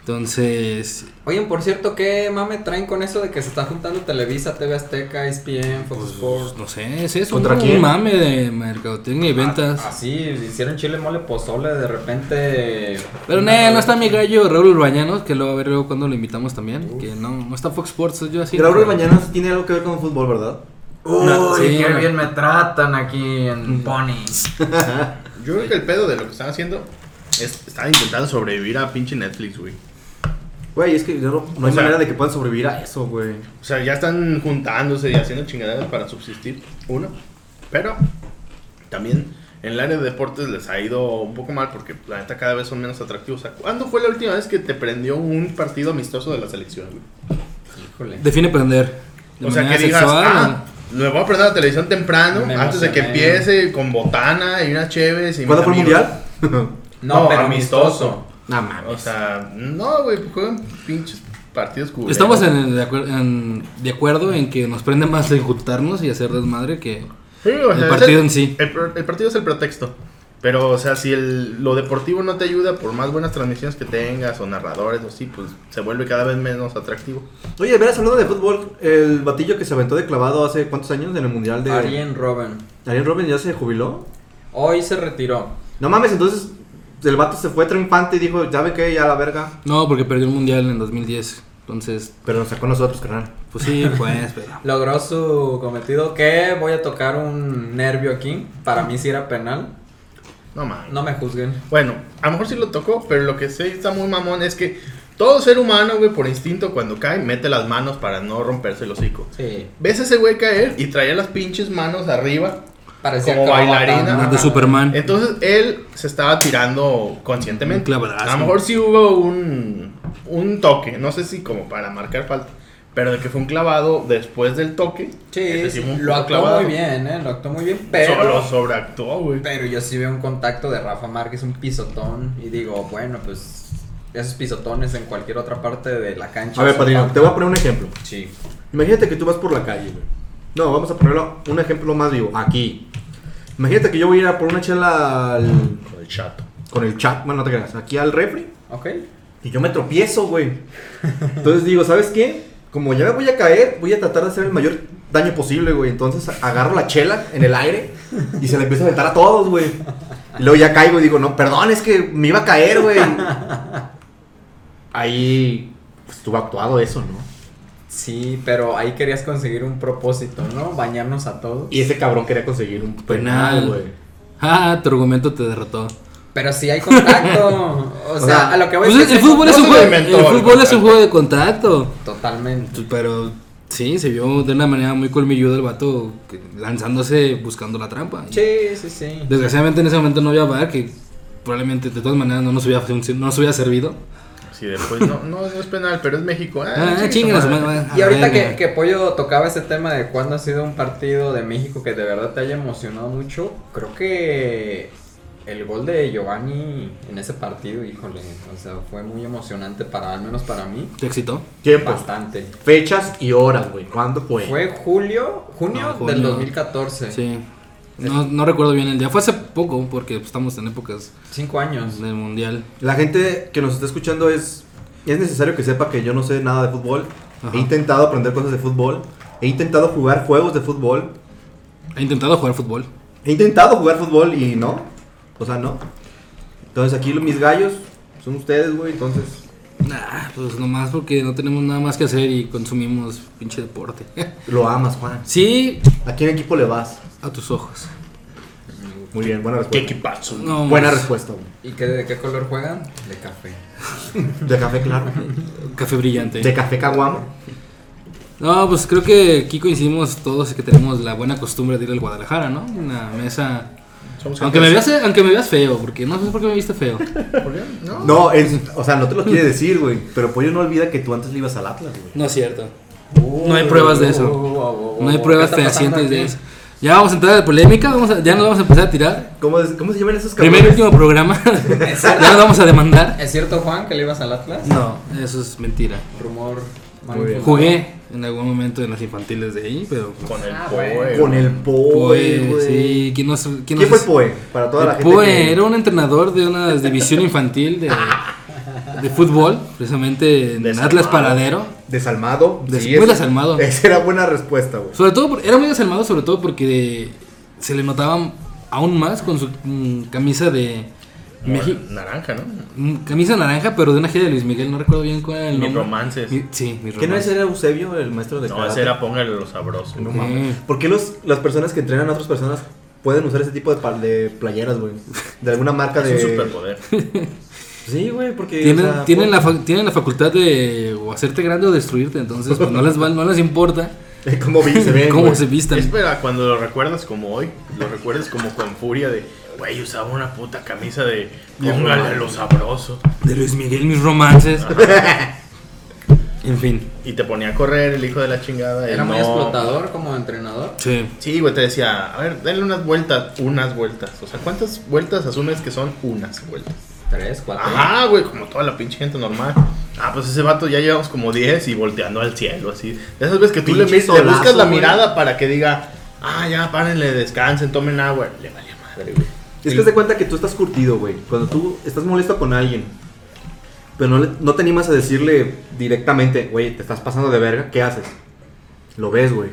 C: Entonces,
B: Oigan, por cierto, ¿qué mame traen con eso de que se está juntando Televisa, TV Azteca, E ESPN, Fox Sports?
C: pues, no sé, es
A: Pues,
C: eso.
A: ¿Contra
C: un
A: quién?
C: mame de mercadotecnia y ventas.
B: Así, Ah, hicieron chile mole pozole de repente.
C: Pero ne, no está mi gallo Raúl Urbañanos, que lo va a ver luego cuando lo invitamos también. Que no, no está Fox Sports, soy yo así.
A: Raúl mañana tiene algo que ver con fútbol, ¿verdad?
B: Uy,
C: Sí,
B: qué
C: no.
B: bien me tratan aquí en Pony.
D: Yo creo que el pedo de lo que están haciendo es. Están intentando sobrevivir a pinche Netflix, güey.
A: Güey, es que no, no hay
D: O sea-
A: manera de que puedan sobrevivir a eso, güey.
D: O sea, ya están juntándose y haciendo chingaderas para subsistir, uno. Pero también en el área de deportes les ha ido un poco mal porque la neta cada vez son menos atractivos. O sea, ¿cuándo fue la última vez que te prendió un partido amistoso de la selección? güey?
B: Híjole.
C: Define prender. De
D: O sea, que
C: manera
D: digas,
C: sexual,
D: ah, me voy a prender la televisión temprano,
B: Me
D: antes de que
B: emocioné.
D: empiece, con botana y unas chéves. y
A: ¿Cuándo fue
D: mis
A: el
D: amigos".
A: mundial?
B: No,
D: No,
B: pero
D: amistoso.
B: amistoso.
A: Nada
D: O sea, no, güey, juegan pinches partidos
C: o-
D: culeros.
C: Estamos en, el de, acuer- en- de acuerdo en que nos prende más el juntarnos y hacer desmadre que.
D: Sí, o
C: El
D: sea,
C: partido
D: es
C: en sí.
D: El, pro- el partido es el pretexto. Pero, o sea, si el- lo deportivo no te ayuda, por más buenas transmisiones que tengas o narradores o así, pues se vuelve cada vez menos atractivo.
A: Oye, verás, hablando de fútbol, el batillo que se aventó de clavado hace cuántos años en el mundial de.
B: Arjen Robben.
A: Ariel Robin ya se jubiló.
B: Hoy se retiró.
A: No mames, entonces el vato se fue triunfante y dijo, ¿sabe qué? Ya la verga.
C: No, porque perdió el mundial en 2010. Entonces,
A: Pero nos sacó a nosotros, carnal.
C: pues sí, pues, pero.
B: Logró su cometido que voy a tocar un nervio aquí. Para mí sí era penal.
D: No mames.
B: No me juzguen.
D: Bueno, a lo mejor sí lo tocó, pero lo que sí está muy mamón es que todo ser humano, güey, por instinto, cuando cae, mete las manos para no romperse el hocico.
B: Sí.
D: Ves a ese güey caer y traía las pinches manos arriba.
B: Parecía
D: Como
B: acróbata.
D: bailarina.
C: De Superman.
D: Entonces él se estaba tirando conscientemente.
C: Un clavadazo.
D: A lo mejor sí hubo un, un toque, no sé si como para marcar falta, pero de que fue un clavado después del toque.
B: Sí,
D: ese Este sí fue un
B: lo
D: puto
B: actuó muy bien, ¿eh? Lo actuó muy bien,
D: So-
B: pero...
D: lo sobreactuó, güey.
B: Pero yo sí veo un contacto de Rafa Márquez, un pisotón. Y digo, bueno, pues... Esos pisotones en cualquier otra parte de la cancha.
A: A ver,
B: son
A: padrino,
B: parte-
A: te voy a poner un ejemplo.
B: Sí.
A: Imagínate que tú vas por la calle, güey. No, vamos a ponerlo un ejemplo más vivo, aquí. Imagínate que yo voy a ir a por una chela al-
D: Con el chato.
A: con el chat, bueno, no te creas, aquí al refri.
B: Ok.
A: Y yo me tropiezo, güey. Entonces digo, ¿sabes qué? Como ya me voy a caer, voy a tratar de hacer el mayor daño posible, güey. Entonces agarro la chela en el aire y se la empiezo a aventar a todos, güey. Y luego ya caigo y digo, no, perdón, es que me iba a caer, güey. Ahí pues, estuvo actuado eso, ¿no?
B: Sí, pero ahí querías conseguir un propósito, ¿no? Bañarnos a todos.
A: Y ese cabrón quería conseguir un penal,
C: Penal.
A: güey.
C: Ah, tu argumento te derrotó.
B: Pero si hay contacto. o sea, a lo que voy
C: Pues
B: es
C: el,
B: que
C: el
B: hay
C: fútbol es un
D: no se
C: juego,
D: lo inventó
C: el
D: el
C: fútbol es un
D: contacto.
C: juego de contacto.
B: contacto. Totalmente.
C: Pues, Pero sí, se vio de una manera muy colmilluda el vato que- lanzándose buscando la trampa.
B: Sí, sí, sí.
C: Desgraciadamente en ese momento no había bar que probablemente de todas maneras no nos hubiera, func- no nos hubiera servido.
D: Si después no, no, no es penal, pero es México.
C: Ah,
D: Ah, chingue su
C: chingue su
D: madre.
C: madre.
B: Y
C: Ah,
B: ahorita
C: verga.
B: que, que Pollo tocaba ese tema de cuándo ha sido un partido de México que de verdad te haya emocionado mucho, creo que el gol de Giovanni en ese partido, híjole, o sea, fue muy emocionante para, al menos para mí,
C: ¿Te excitó?
A: Tiempo.
B: bastante.
A: Fechas y horas, güey. ¿Cuándo fue?
B: Fue julio, junio
C: No,
B: del
C: junio.
B: 2014,
C: Sí. No, no recuerdo bien el día. Fue hace poco porque pues, estamos en épocas
B: cinco años.
C: del mundial.
A: La gente que nos está escuchando es. Es necesario que sepa que yo no sé nada de fútbol.
C: Ajá.
A: He intentado aprender cosas de fútbol. He intentado jugar juegos de fútbol.
C: He intentado jugar fútbol.
A: He intentado jugar fútbol y no. O sea, no. Entonces aquí mis gallos son ustedes, güey. Entonces.
C: Nah, pues nomás porque no tenemos nada más que hacer y consumimos pinche deporte.
A: Lo amas, Juan.
C: sí,
A: ¿A quién equipo le vas?
C: a tus ojos.
A: Muy bien, buena
D: Qué
A: respuesta.
D: equipazo.
C: No,
A: Buena
C: más.
A: respuesta, güey.
B: ¿Y qué, de qué color juegan? De café.
A: De café claro.
C: Café brillante.
A: De café caguama.
C: No, pues creo que aquí coincidimos todos que tenemos la buena costumbre de ir al Guadalajara, ¿no? Una mesa.
D: Somos
C: Aunque me,
D: campeones.
C: veas, eh, aunque me veas feo, porque no sé por qué me viste feo.
D: ¿Por qué? No.
A: No, es, o sea, no te lo quiere decir, güey. Pero Pollo no olvida que tú antes le ibas al Atlas, güey.
C: No es cierto. Oh, No hay pruebas de
B: Uh,
C: eso. No hay pruebas fehacientes de eso. Ya vamos a entrar en polémica, vamos a- ya nos vamos a empezar a tirar.
A: ¿Cómo, es- cómo se llaman esos
C: Primer y
A: cabrones?
C: último programa. ya nos vamos a demandar.
B: ¿Es cierto, Juan, que le ibas al Atlas?
C: No, eso es mentira.
B: Rumor. mal
A: Muy bien.
B: informado.
C: Jugué en algún momento en las infantiles de ahí, pero.
D: Con el
B: Ah,
D: poe.
B: bueno.
A: Con el Poe,
C: Poe,
A: güey.
C: sí. ¿Quién, nos, quién,
A: ¿Quién
C: nos-
A: fue el Poe? Para toda la
C: El
A: gente.
C: Poe
A: que-
C: era un entrenador de una división infantil de, de fútbol, precisamente en
A: Desalmado.
C: Atlas Paradero.
A: Desalmado.
C: Des-
A: Sí,
C: muy
A: esa-
C: desalmado.
A: Esa era buena respuesta, güey.
C: Sobre todo, por- era muy desalmado, sobre todo porque se le notaba aún más con su mm, camisa de México.
D: Naranja, ¿no?
C: Camisa naranja, pero de una gira de Luis Miguel, no recuerdo bien cuál era el
D: Mis
C: nombre.
D: romances.
C: Mi- sí, mi
A: ¿Qué no
C: romance.
A: ese era Eusebio, el maestro de
D: No,
A: karate?
D: ese era póngale lo sabroso.
A: No
C: Sí.
A: mames. ¿Por qué los, las personas que entrenan a otras personas pueden usar ese tipo de, pal- de playeras, güey? De alguna marca
D: Es
A: de.
D: un superpoder.
A: Sí, güey, porque.
C: Tienen,
A: o sea,
C: tienen,
A: por-
C: la fa- tienen la facultad de o hacerte grande o destruirte, entonces pues, no, les va- no les importa
A: ¿Cómo vi- se ven?
C: cómo
A: güey.
C: se vistan.
D: Espera, cuando lo recuerdas como hoy, lo recuerdas como con furia de, güey, usaba una puta camisa de póngale lo sabroso.
C: De Luis Miguel, mis romances. en fin.
D: Y te ponía a correr el hijo de la chingada.
B: Era
D: el
B: muy
D: no.
B: explotador como entrenador.
C: Sí.
D: Sí, güey, te decía, a ver, denle unas vueltas, unas vueltas. O sea, ¿cuántas vueltas asumes que son unas vueltas?
B: Tres, cuatro.
D: Ajá, güey, como toda la pinche gente normal. Ah, pues ese vato ya llevamos como 10 y volteando al cielo, así. De esas veces que tú le,
A: Pinche
D: mi- le buscas
A: solazo,
D: la
A: güey.
D: mirada para que diga, ah, ya, párenle, descansen, tomen agua. Le valía madre, güey.
A: Es que se cuenta que tú estás curtido, güey. Cuando tú estás molesto con alguien, pero no, le- no te animas a decirle directamente, güey, te estás pasando de verga, ¿qué haces? Lo ves, güey.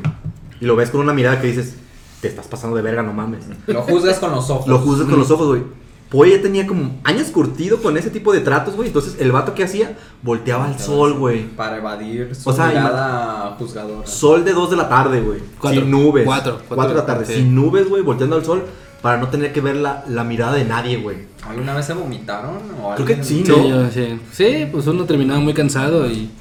A: Y lo ves con una mirada que dices, te estás pasando de verga, no mames.
B: Lo juzgas con los ojos.
A: Lo juzgas con los ojos, güey. Poe ya tenía como años curtido con ese tipo de tratos, güey. Entonces el vato que hacía volteaba al sol, güey.
B: Para evadir su
A: O sea,
B: mirada juzgadora.
A: Sol de 2 de la tarde, güey.
C: Cuatro.
A: Sin nubes.
C: Cuatro.
A: 4 de la tarde.
C: Sí.
A: Sin nubes, güey. Volteando al sol para no tener que ver la, la mirada de nadie, güey.
B: ¿Alguna vez se vomitaron? ¿O
A: Creo que
B: alguien-
A: sí,
C: Sí,
A: ¿no?
C: yo, sí. Sí, pues uno terminaba muy cansado y...
D: Y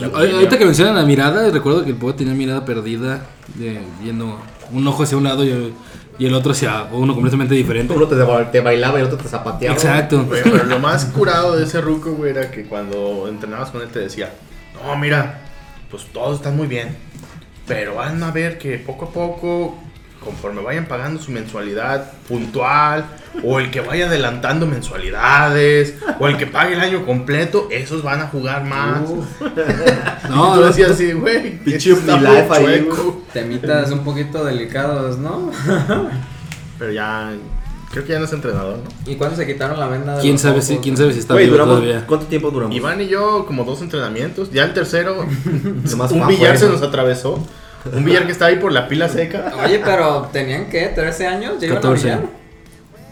D: la
C: Ahor-
D: botella.
C: Ahorita que mencionan la mirada, recuerdo que el Poe tenía mirada perdida, de, viendo un ojo hacia un lado y el, y el otro hacia uno completamente diferente.
A: Uno te, ba- te bailaba y el otro te zapateaba.
C: Exacto.
D: Güey, pero lo más curado de ese ruco, güey, era que cuando entrenabas con él te decía, no, mira, pues todos están muy bien, pero van a ver que poco a poco, conforme vayan pagando su mensualidad puntual, o el que vaya adelantando mensualidades, o el que pague el año completo, esos van a jugar
A: Ah,
D: más.
B: Uf,
D: No,
C: No,
D: tú
C: no,
D: decías así, güey,
A: Pinche
D: esto está
A: Ufni
D: muy
A: Life ahí, güey.
D: chueco".
B: temitas un poquito delicados, ¿no?
D: Pero ya, creo que ya no es entrenador, ¿no?
B: ¿Y cuándo se quitaron la venda de
C: quién
B: los
C: sabe
B: ojos?
C: si, quién sabe si está
A: Güey,
C: vivo
A: duramos.
C: todavía.
A: ¿Cuánto tiempo duramos?
D: Iván y yo como dos entrenamientos, ya el tercero
A: Nomás
D: un
A: fue
D: billar
A: afuera.
D: se nos atravesó, un billar que estaba ahí por la pila seca.
B: Oye, pero ¿tenían qué? ¿13 años? ¿Ya iban a
C: 14.
B: brillar?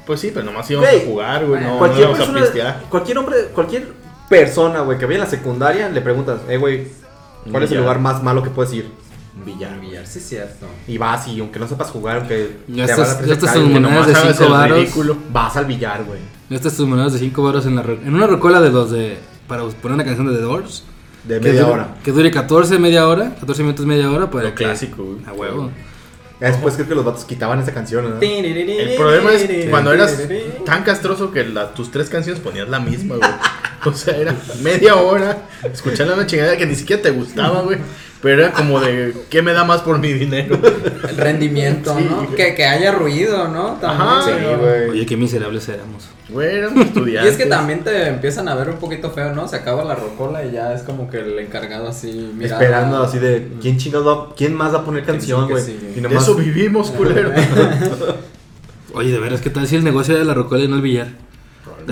D: Pues sí, pero nomás íbamos
A: Güey,
D: a jugar, güey, no, no
A: cualquier,
D: íbamos a
A: persona,
D: pistear.
A: cualquier hombre, cualquier persona, güey, que vaya en la secundaria, le preguntas, eh, güey, ¿cuál es el
D: Ya.
A: lugar más malo que puedes ir? Un billar.
B: Un billar, sí es cierto.
A: Y vas y aunque no sepas jugar, aunque
C: Ya
A: te
C: estás-
A: van a
C: ya estás
A: presentar,
C: en
A: güey,
C: monedas
A: nomás
C: de
A: sabes
C: cinco
A: el
C: varos.
A: ridículo, Vas al billar, güey.
C: Estas tus monedas de 5 baros en, la, ro- en una rocola de los de. Para poner una canción de The Doors.
A: De
C: que
A: media
C: dure-
A: hora.
C: Que dure 14, media hora. 14 minutos, media hora. Para
D: Lo
C: que-
D: clásico, güey.
C: A huevo.
A: Ya después creo que los vatos quitaban esa canción, ¿no?
D: El problema es cuando eras tan castroso que la- tus tres canciones ponías la misma, güey. O sea, era media hora escuchando una chingada que ni siquiera te gustaba, güey. Pero era como de, ¿qué me da más por mi dinero?
B: El rendimiento,
D: Sí,
B: ¿no?
D: güey.
B: Que, que haya ruido, ¿no? También.
D: Ajá.
A: Sí,
C: Oye,
A: güey.
C: qué miserables éramos.
D: Güey, era un estudiante.
B: Y es que también te empiezan a ver un poquito feo, ¿no? Se acaba la rocola y ya es como que el encargado así mira
A: Esperando así de quién chingados va, quién más va a poner
B: Que
A: canción,
B: sí, que
A: güey.
B: sí, güey.
A: y
D: De
A: nomás
D: eso vivimos, culero.
C: Oye, de veras, ¿qué tal si el negocio era la rocola y no el billar?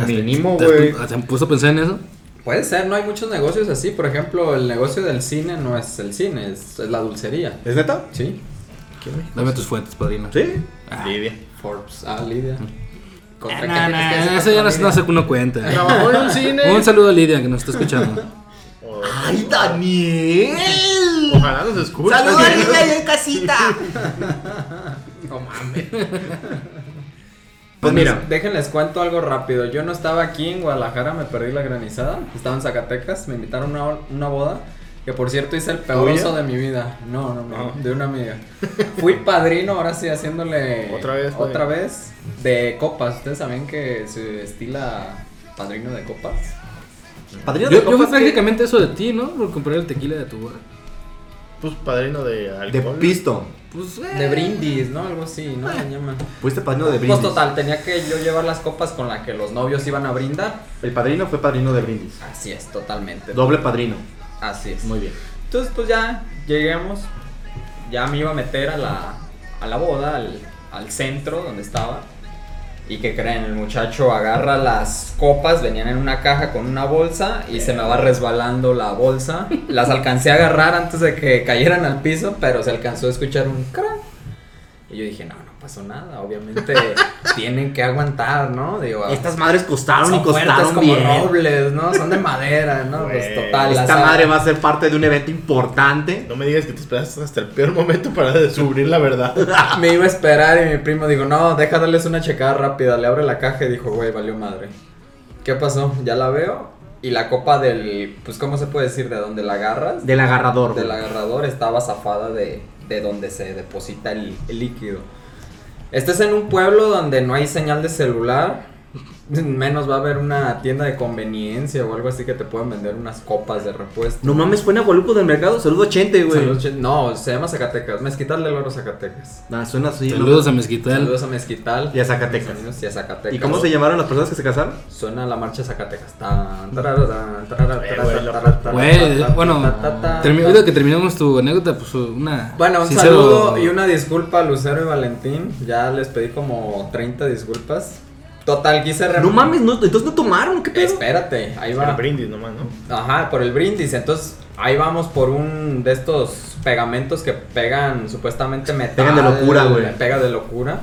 A: Mínimo,
C: ¿Te has-
A: güey.
C: ¿Te han puesto a pensar en eso?
B: Puede ser, ¿no? Hay muchos negocios así. Por ejemplo, el negocio del cine no es el cine, es, es la dulcería.
A: ¿Es neta?
B: ¿Sí?
C: Dame tus fuentes, padrino.
A: Sí.
C: Ah.
D: Lidia.
B: Forbes. Ah, Lidia. Contra
C: Ah,
B: que
C: no,
B: tienes que hacer
C: no, eso ya
B: contra
C: no, no
B: Lidia.
C: se no cuenta.
D: Trabajó en un cine.
C: Un saludo a Lidia que nos está escuchando.
D: O-
A: ¡Ay, Daniel!
D: Ojalá nos escuchen.
A: y en casita!
B: No mames.
A: Pues mira,
B: Déjenles cuento algo rápido. Yo no estaba aquí en Guadalajara, me perdí la granizada. Estaba en Zacatecas, me invitaron a una, una boda. Que por cierto hice el peor
D: ¿Tuya?
B: oso de mi vida. No, no, no,
D: Ah.
B: de una amiga. Fui padrino, ahora sí, haciéndole.
D: Otra vez, padrino.
B: Otra vez. De copas. Ustedes saben que se estila padrino de copas.
A: padrino
C: Yo,
A: de
C: yo fui
A: copas que-
C: prácticamente eso de ti, ¿no? Por comprar el tequila de tu boda.
D: Pues padrino de alcohol.
A: de pisto.
C: Pues, eh,
B: De brindis, ¿no? Algo así, ¿no?
D: Eh.
B: Se llama.
A: Fuiste padrino de brindis.
B: Pues total, tenía que yo llevar las copas con las que los novios iban a brindar.
A: El padrino fue padrino de brindis.
B: Así es, totalmente.
A: Doble padrino.
B: Así es.
A: Muy bien.
B: Entonces, pues ya llegamos. Ya me iba a meter a la, a la boda, al, al centro donde estaba. Y que creen, el muchacho agarra las copas, venían en una caja con una bolsa y se me va resbalando la bolsa. Las alcancé a agarrar antes de que cayeran al piso, pero se alcanzó a escuchar un crack. Y yo dije, no, no pasó nada, obviamente tienen que aguantar, ¿no? Digo,
A: Estas madres costaron
B: son
A: y
B: fuertes
A: costaron
B: como
A: bien. ¿eh?
B: robles, ¿no? Son de madera, ¿no? Pues
D: Güey,
B: total.
A: Esta
B: las-
A: madre va a ser parte de un evento importante.
D: No me digas que te esperaste hasta el peor momento para descubrir la verdad.
B: Me iba a esperar y mi primo dijo, no, deja darles una checada rápida. Le abre la caja y dijo, güey, valió madre. ¿Qué pasó? Ya la veo. Y la copa del, pues, ¿cómo se puede decir? ¿De donde la agarras?
A: Del agarrador.
B: Del
A: güey.
B: agarrador estaba zafada de, de donde se deposita el, el líquido. Estás en un pueblo donde no hay señal de celular. Menos va a haber una tienda de conveniencia o algo así que te puedan vender unas copas de repuesto.
A: No mames, fue en Agualuco del Mercado. Saludo 80, güey.
B: Salud, che- No, se llama Zacatecas. Mezquital del Oro Zacatecas.
A: Nah, Ah, suena así. ¿no?
C: Saludos a Mezquital.
B: Saludos a Mezquital.
A: Y a Zacatecas.
B: Saludos Y a Zacatecas.
A: ¿Y cómo se llamaron las personas que se casaron?
B: Suena la marcha Zacatecas. Tan, tarara, tan, tarara,
D: Güey,
B: tarara,
D: güey, la-
B: tarara, tarara,
C: Güey,
B: tarara,
C: bueno,
B: tarara, tarara,
C: termi-
B: tarara.
C: ahorita que terminamos tu anécdota, pues una.
B: Bueno, un
C: sincero-
B: saludo y una disculpa a Lucero y Valentín. Ya les pedí como 30 disculpas. Total, quise rem-
A: No mames, no, entonces no tomaron, ¿qué pedo?
B: Espérate, ahí
D: El
B: va.
D: brindis nomás, ¿no?
B: Ajá, por el brindis. Entonces, ahí vamos por un de estos pegamentos que pegan supuestamente metal.
A: Pegan de locura, güey.
B: Pega de locura.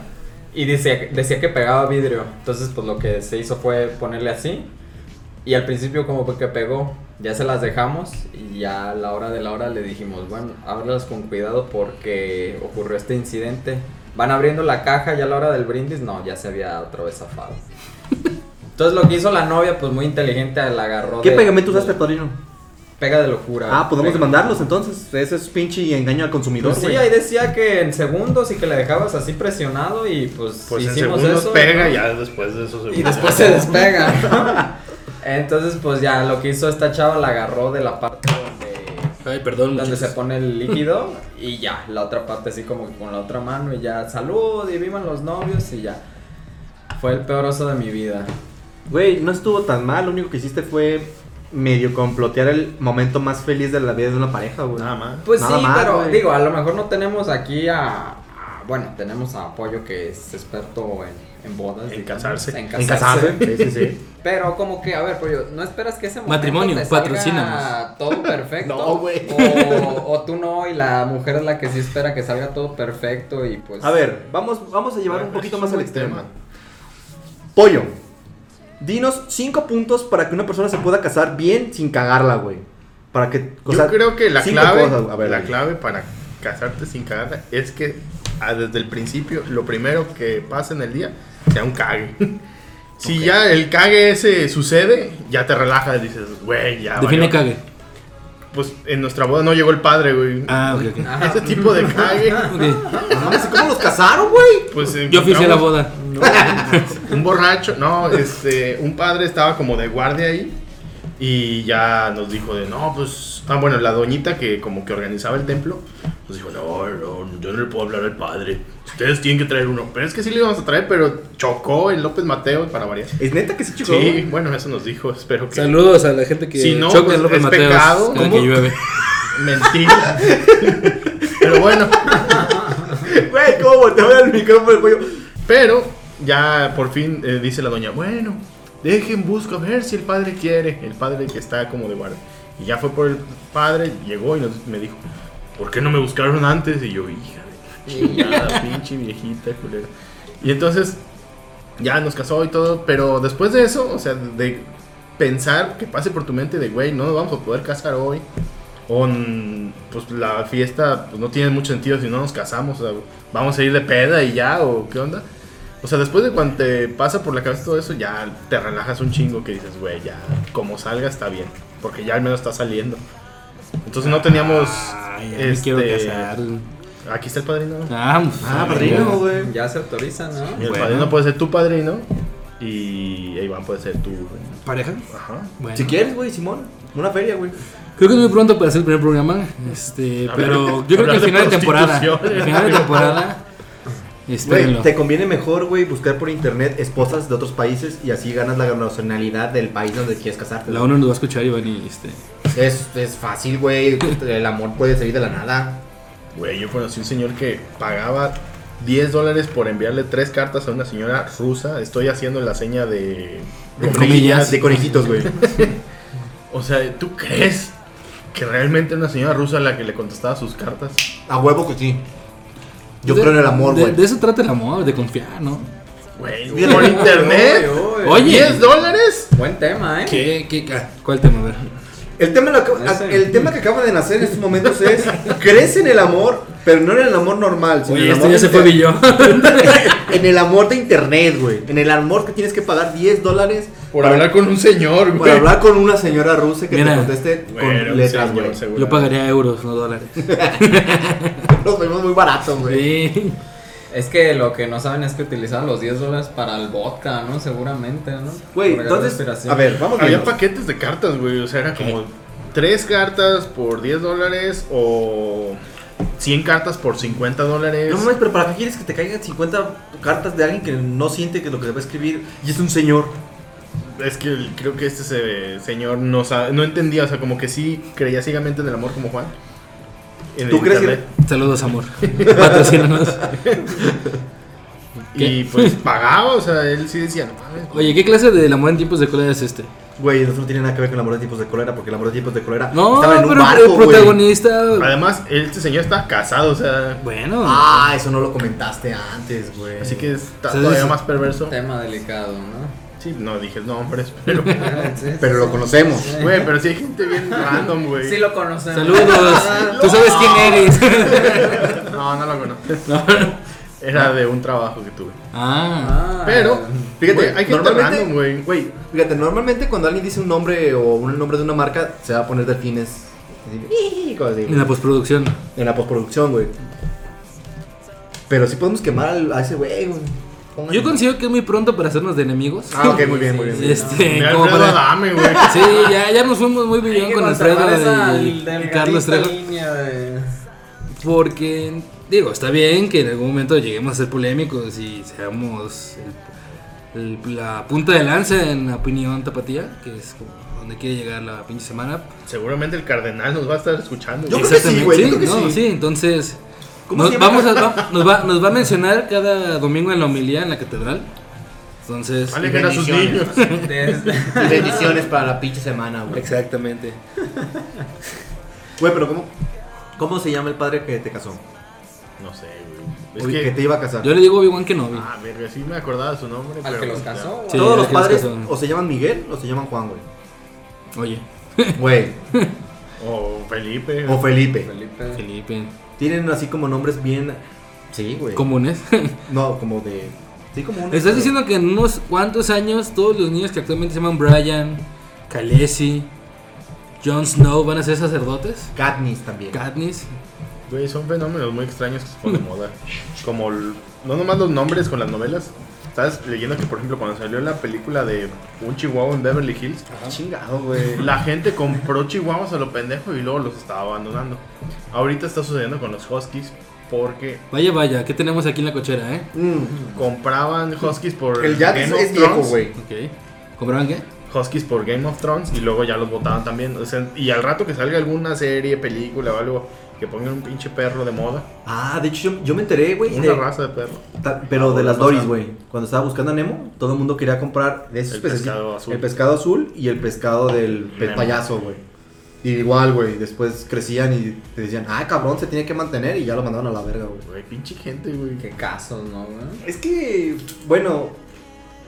B: Y decía, decía que pegaba vidrio. Entonces, pues lo que se hizo fue ponerle así. Y al principio como que pegó. Ya se las dejamos y ya a la hora de la hora le dijimos, bueno, ábrelas con cuidado porque ocurrió este incidente. Van abriendo la caja ya a la hora del brindis, no, ya se había otra vez zafado. Entonces lo que hizo la novia, pues muy inteligente, la agarró.
A: ¿Qué
B: de-
A: pegamento
B: de-
A: usaste, padrino?
B: Pega de locura.
A: Ah, podemos
B: Pega.
A: demandarlos entonces. Ese es pinche engaño al consumidor,
B: Pues sí,
A: güey.
B: ahí decía que en segundos y que le dejabas así presionado y pues,
D: Pues en
B: hicimos
D: segundos
B: eso.
D: pega,
B: ¿no?
D: ya después de esos segundos.
B: Y después se despega. ¿no? Entonces, pues ya lo que hizo esta chava la agarró de la parte donde
C: Ay, perdón,
B: donde
C: muchachos.
B: se pone el líquido y ya, la otra parte así como que con la otra mano y ya, salud y vivan los novios y ya. Fue el peor oso de mi vida.
A: Güey, no estuvo tan mal. Lo único que hiciste fue medio complotear el momento más feliz de la vida de una pareja, güey.
D: Nada más.
B: Pues
A: Nada
B: sí,
A: más,
B: pero
A: güey.
B: digo, a lo mejor no tenemos aquí a, a- bueno, tenemos a Pollo que es experto en, en bodas.
D: En
B: digamos,
D: casarse.
B: En
A: En
B: casarse.
A: casarse. Sí, sí, sí.
B: Pero como que, a ver, Pollo, ¿no esperas que ese momento
C: Matrimonio,
B: te salga
C: patrocínanos.
B: todo perfecto?
A: No, güey.
B: O, o tú no y la mujer es la que sí espera que salga todo perfecto y pues...
A: A ver, vamos, vamos a llevar
D: Bueno,
A: un poquito
D: es
A: más
D: un
A: al
D: buen
A: extremo.
D: tema.
A: Pollo, dinos cinco puntos para que una persona se pueda casar bien sin cagarla, güey. Para que. o
D: Yo
A: sea,
D: creo que la
A: cinco
D: clave,
A: cosas, a ver,
D: la
A: güey.
D: clave para casarte sin cagarla es que ah, desde el principio lo primero que pasa en el día sea un cague. Si ya el cague ese sucede, ya te relajas, dices, güey, ya.
C: Define
D: valió".
C: cague.
D: Pues en nuestra boda no llegó el padre, güey.
C: Ah, ok, ok.
B: Ah,
D: Ese tipo de cague.
C: Ok.
A: No mames, ¿Cómo los casaron, güey?
D: Pues
C: Yo oficié la
D: encontramos-
C: boda.
D: un borracho, no, este, un padre estaba como de guardia ahí y ya nos dijo de, no, pues, ah, bueno, la doñita que como que organizaba el templo, nos dijo, no, no, yo no le puedo hablar al padre, ustedes tienen que traer uno, pero es que sí le íbamos a traer, pero chocó en López Mateo para variar.
A: Es neta que sí, chico.
D: Sí, bueno, eso nos dijo, espero que...
C: Saludos a la gente que
D: Si no,
C: choca
D: pues,
C: en López
D: es
C: Mateos
D: pecado.
C: cada
D: ¿Cómo?
C: que llueve.
D: Mentira. pero bueno.
A: Güey, ¿cómo volteaba el micrófono el cuello?
D: Pero ya por fin eh, dice la doña, bueno, dejen busco a ver si el padre quiere, el padre que está como de guardia. Y ya fue por el padre, llegó y nos- me dijo, ¿por qué no me buscaron antes? Y yo, hija de chingada, pinche viejita, culera. Y entonces ya nos casó y todo, pero después de eso, o sea, de pensar que pase por tu mente de, güey, no nos vamos a poder casar hoy. O mm, pues la fiesta pues, no tiene mucho sentido si no nos casamos, o sea, vamos a ir de peda y ya, o qué onda. O sea, después de cuando te pasa por la cabeza todo eso, ya te relajas un chingo que dices, güey, ya como salga está bien, porque ya al menos está saliendo. Entonces no teníamos...
C: Ay, ya me quiero
D: este,
C: casar.
D: Aquí está el padrino.
C: Ah, pues,
A: Ah,
C: ya.
A: padrino, güey.
B: Ya se autoriza, ¿no?
D: Y el
C: Bueno.
D: padrino puede ser tu padrino y Iván puede ser tu...
C: ¿Pareja?
D: Ajá.
C: Bueno.
A: Si quieres, güey, Simón. Una feria, güey.
C: Creo que es muy pronto para hacer el primer programa. Este,
D: Hablar-
C: pero yo creo que
D: hablar
C: al
D: de
C: final de temporada.
D: prostitución.
C: Al final de temporada. Espérenlo.
A: Güey, te conviene mejor, güey, buscar por internet esposas de otros países y así ganas la nacionalidad del país donde quieres casarte.
C: La ONU nos va a escuchar, Iván, y este.
A: Es, es fácil, güey. El amor puede salir de la nada.
D: Güey, yo conocí un señor que pagaba 10 dólares por enviarle tres cartas a una señora rusa. Estoy haciendo la seña de...
C: De comillas.
A: De conejitos, güey.
D: O sea, ¿tú crees que realmente era una señora rusa la que le contestaba sus cartas?
A: A huevo que sí. Yo
C: De-
A: creo en el amor,
C: de-
A: güey.
C: De eso trata el amor, de confiar, ¿no?
D: Güey,
A: Mira,
D: por
A: uy,
D: internet.
B: Uy, uy.
C: Oye.
D: ¿10 dólares?
B: Buen tema, ¿eh?
C: ¿Qué? ¿Qué? ca- ¿Cuál tema? A ver.
A: El tema, lo que-
B: Ese.
A: el tema que acaba de nacer en estos momentos es: crees en el amor, pero no en el amor normal. sino en el
C: Oye, este
A: amor
C: ya se
A: inter-
C: fue Billo.
A: En el amor de internet, güey. En el amor que tienes que pagar 10 dólares
D: Por hablar con un señor,
A: para
D: güey.
A: hablar con una señora rusa que
C: Mira.
A: te conteste
D: Güey,
A: con
D: era un
A: letras,
D: señor,
A: güey.
D: seguro.
C: Yo pagaría euros, no dólares.
A: Los vemos muy baratos, güey.
C: Sí.
B: Es que lo que no saben es que utilizaban los 10 dólares para el vodka, ¿no? Seguramente, ¿no?
A: Güey,
B: Por regalar
A: entonces,
B: inspiración.
A: a ver, vamos
D: Había
A: bien.
D: paquetes de cartas, güey. O sea, era como tres cartas por 10 dólares o 100 cartas por 50 dólares.
A: No mames, pero ¿para qué quieres que te caigan 50 cartas de alguien que no siente que lo que se va a escribir y es un señor?
D: Es que el- creo que este se- señor no sabe- no entendía, o sea, como que sí creía ciegamente en el amor como Juan. En el
A: ¿Tú crees que-
D: internet.
C: Saludos, amor. Patrocínanos.
D: Y pues pagaba, o sea, él sí decía, no mames.
C: Oye, ¿qué clase de amor en tiempos de cólera es este?
A: Güey, eso no tiene nada que ver con el amor de tipos de cólera, porque el amor de tipos de cólera
C: No,
A: estaba en un
C: pero
A: barco,
C: el
A: güey.
C: protagonista.
D: Además, este señor está casado, o sea,
C: Bueno.
A: Ah, eso no lo comentaste antes, güey.
D: así que está
C: O sea,
D: todavía
C: es-
D: más perverso.
B: Tema delicado, ¿no?
D: Sí, no dije nombres, pero.
B: Sí, sí,
A: Pero lo
B: sí.
A: conocemos.
D: Güey, pero sí hay gente bien random, güey.
B: Sí lo conocemos. Ah,
C: Saludos. Tú sabes quién eres.
D: No, no lo conozco. Era de un trabajo que tuve.
C: ah.
B: Ah,
D: Pero, fíjate,
A: Güey,
D: hay gente
A: normalmente-
D: random, güey.
A: Güey, fíjate, normalmente cuando alguien dice un nombre o un nombre de una marca, se va a poner delfines. Así, cosas así,
C: En la postproducción.
A: en la postproducción, güey. Pero sí podemos quemar al- a ese güey, güey. Pongan-
C: Yo considero que es muy pronto para hacernos de enemigos.
A: Ah, ok, muy bien, muy bien.
C: Este,
D: Me
C: como
D: Alfredo
C: para.
D: Adame, güey.
C: Sí, ya, ya nos fuimos muy
B: hay
C: bien
B: que
C: con
B: conservar esa
C: Alfredo y, y
B: delgadita
C: Carlos Trejo.
B: línea de-
C: Porque, digo, está bien que en algún momento lleguemos a ser polémicos y seamos el- el- la punta de lanza en la opinión tapatía, que es como donde quiere llegar la pinche semana.
D: Seguramente el cardenal nos va a estar escuchando.
A: Yo
D: güey.
A: creo que sí, güey, yo creo que
C: no,
A: sí.
C: entonces.
A: ¿Cómo
C: nos,
A: se llama?
C: vamos a, va- nos, va, nos va a mencionar cada domingo en la homilía en la catedral. Entonces.
D: Alejen a sus niños.
A: Bendiciones.
B: de- este,
A: Y bendiciones para la pinche semana, güey.
C: Exactamente.
A: Güey, pero ¿cómo, ¿cómo se llama el padre que te casó?
D: No sé,
A: Es
D: güey.
A: que,
D: Es que.
A: te iba a casar.
C: Yo le digo a Obi-Wan Kenobi.
D: Ah, verga, sí me acordaba su nombre.
B: Al
D: pero
B: que los
D: ya.
B: casó.
C: Sí,
A: Todos
C: al
A: los
C: que los
A: padres
C: casaron.
A: o se llaman Miguel o se llaman Juan, güey.
C: Oye,
A: Güey,
D: O Felipe.
A: o Felipe.
B: Felipe.
C: Felipe.
A: Tienen así como nombres bien. Sí, güey.
C: comunes.
A: No, como de. Sí, como un.
C: Estás diciendo que en unos cuantos años todos los niños que actualmente se llaman Brian, Khaleesi, Jon Snow van a ser sacerdotes.
A: Katniss también.
C: Katniss.
D: Güey, son fenómenos muy extraños que se ponen de moda. Como, el- no nomás los nombres con las novelas. Estás leyendo que, por ejemplo, cuando salió la película de Un Chihuahua en Beverly Hills,
A: Chingado, güey.
D: la gente compró chihuahuas a lo pendejo y luego los estaba abandonando. Ahorita está sucediendo con los huskies porque
C: Vaya, vaya, ¿qué tenemos aquí en la cochera, eh?
A: Mm.
D: compraban huskies por
A: El Jack es, es viejo,
D: Thrones.
A: güey.
C: Ok. ¿Compraban qué?
D: Huskies por Game of Thrones y luego ya los votaban también. O sea, y al rato que salga alguna serie, película o algo que pongan un pinche perro de moda,
A: Ah, de hecho, yo, yo me enteré, güey.
D: una
A: de-
D: raza de perro.
A: ta- pero
D: Ah,
A: de las
D: bueno,
A: Doris,
D: pasan.
A: güey. Cuando estaba buscando a Nemo, todo el mundo quería comprar de esos
D: El
A: pececitos.
D: pescado azul.
A: El pescado azul y el pescado del pe-
D: Nemo.
A: payaso, güey. Y igual, güey. Después crecían y te decían, ah, cabrón, se tiene que mantener. Y ya lo mandaban a la verga, güey.
D: Güey, pinche gente, güey.
B: Qué casos, ¿no, güey?
A: Es que, bueno,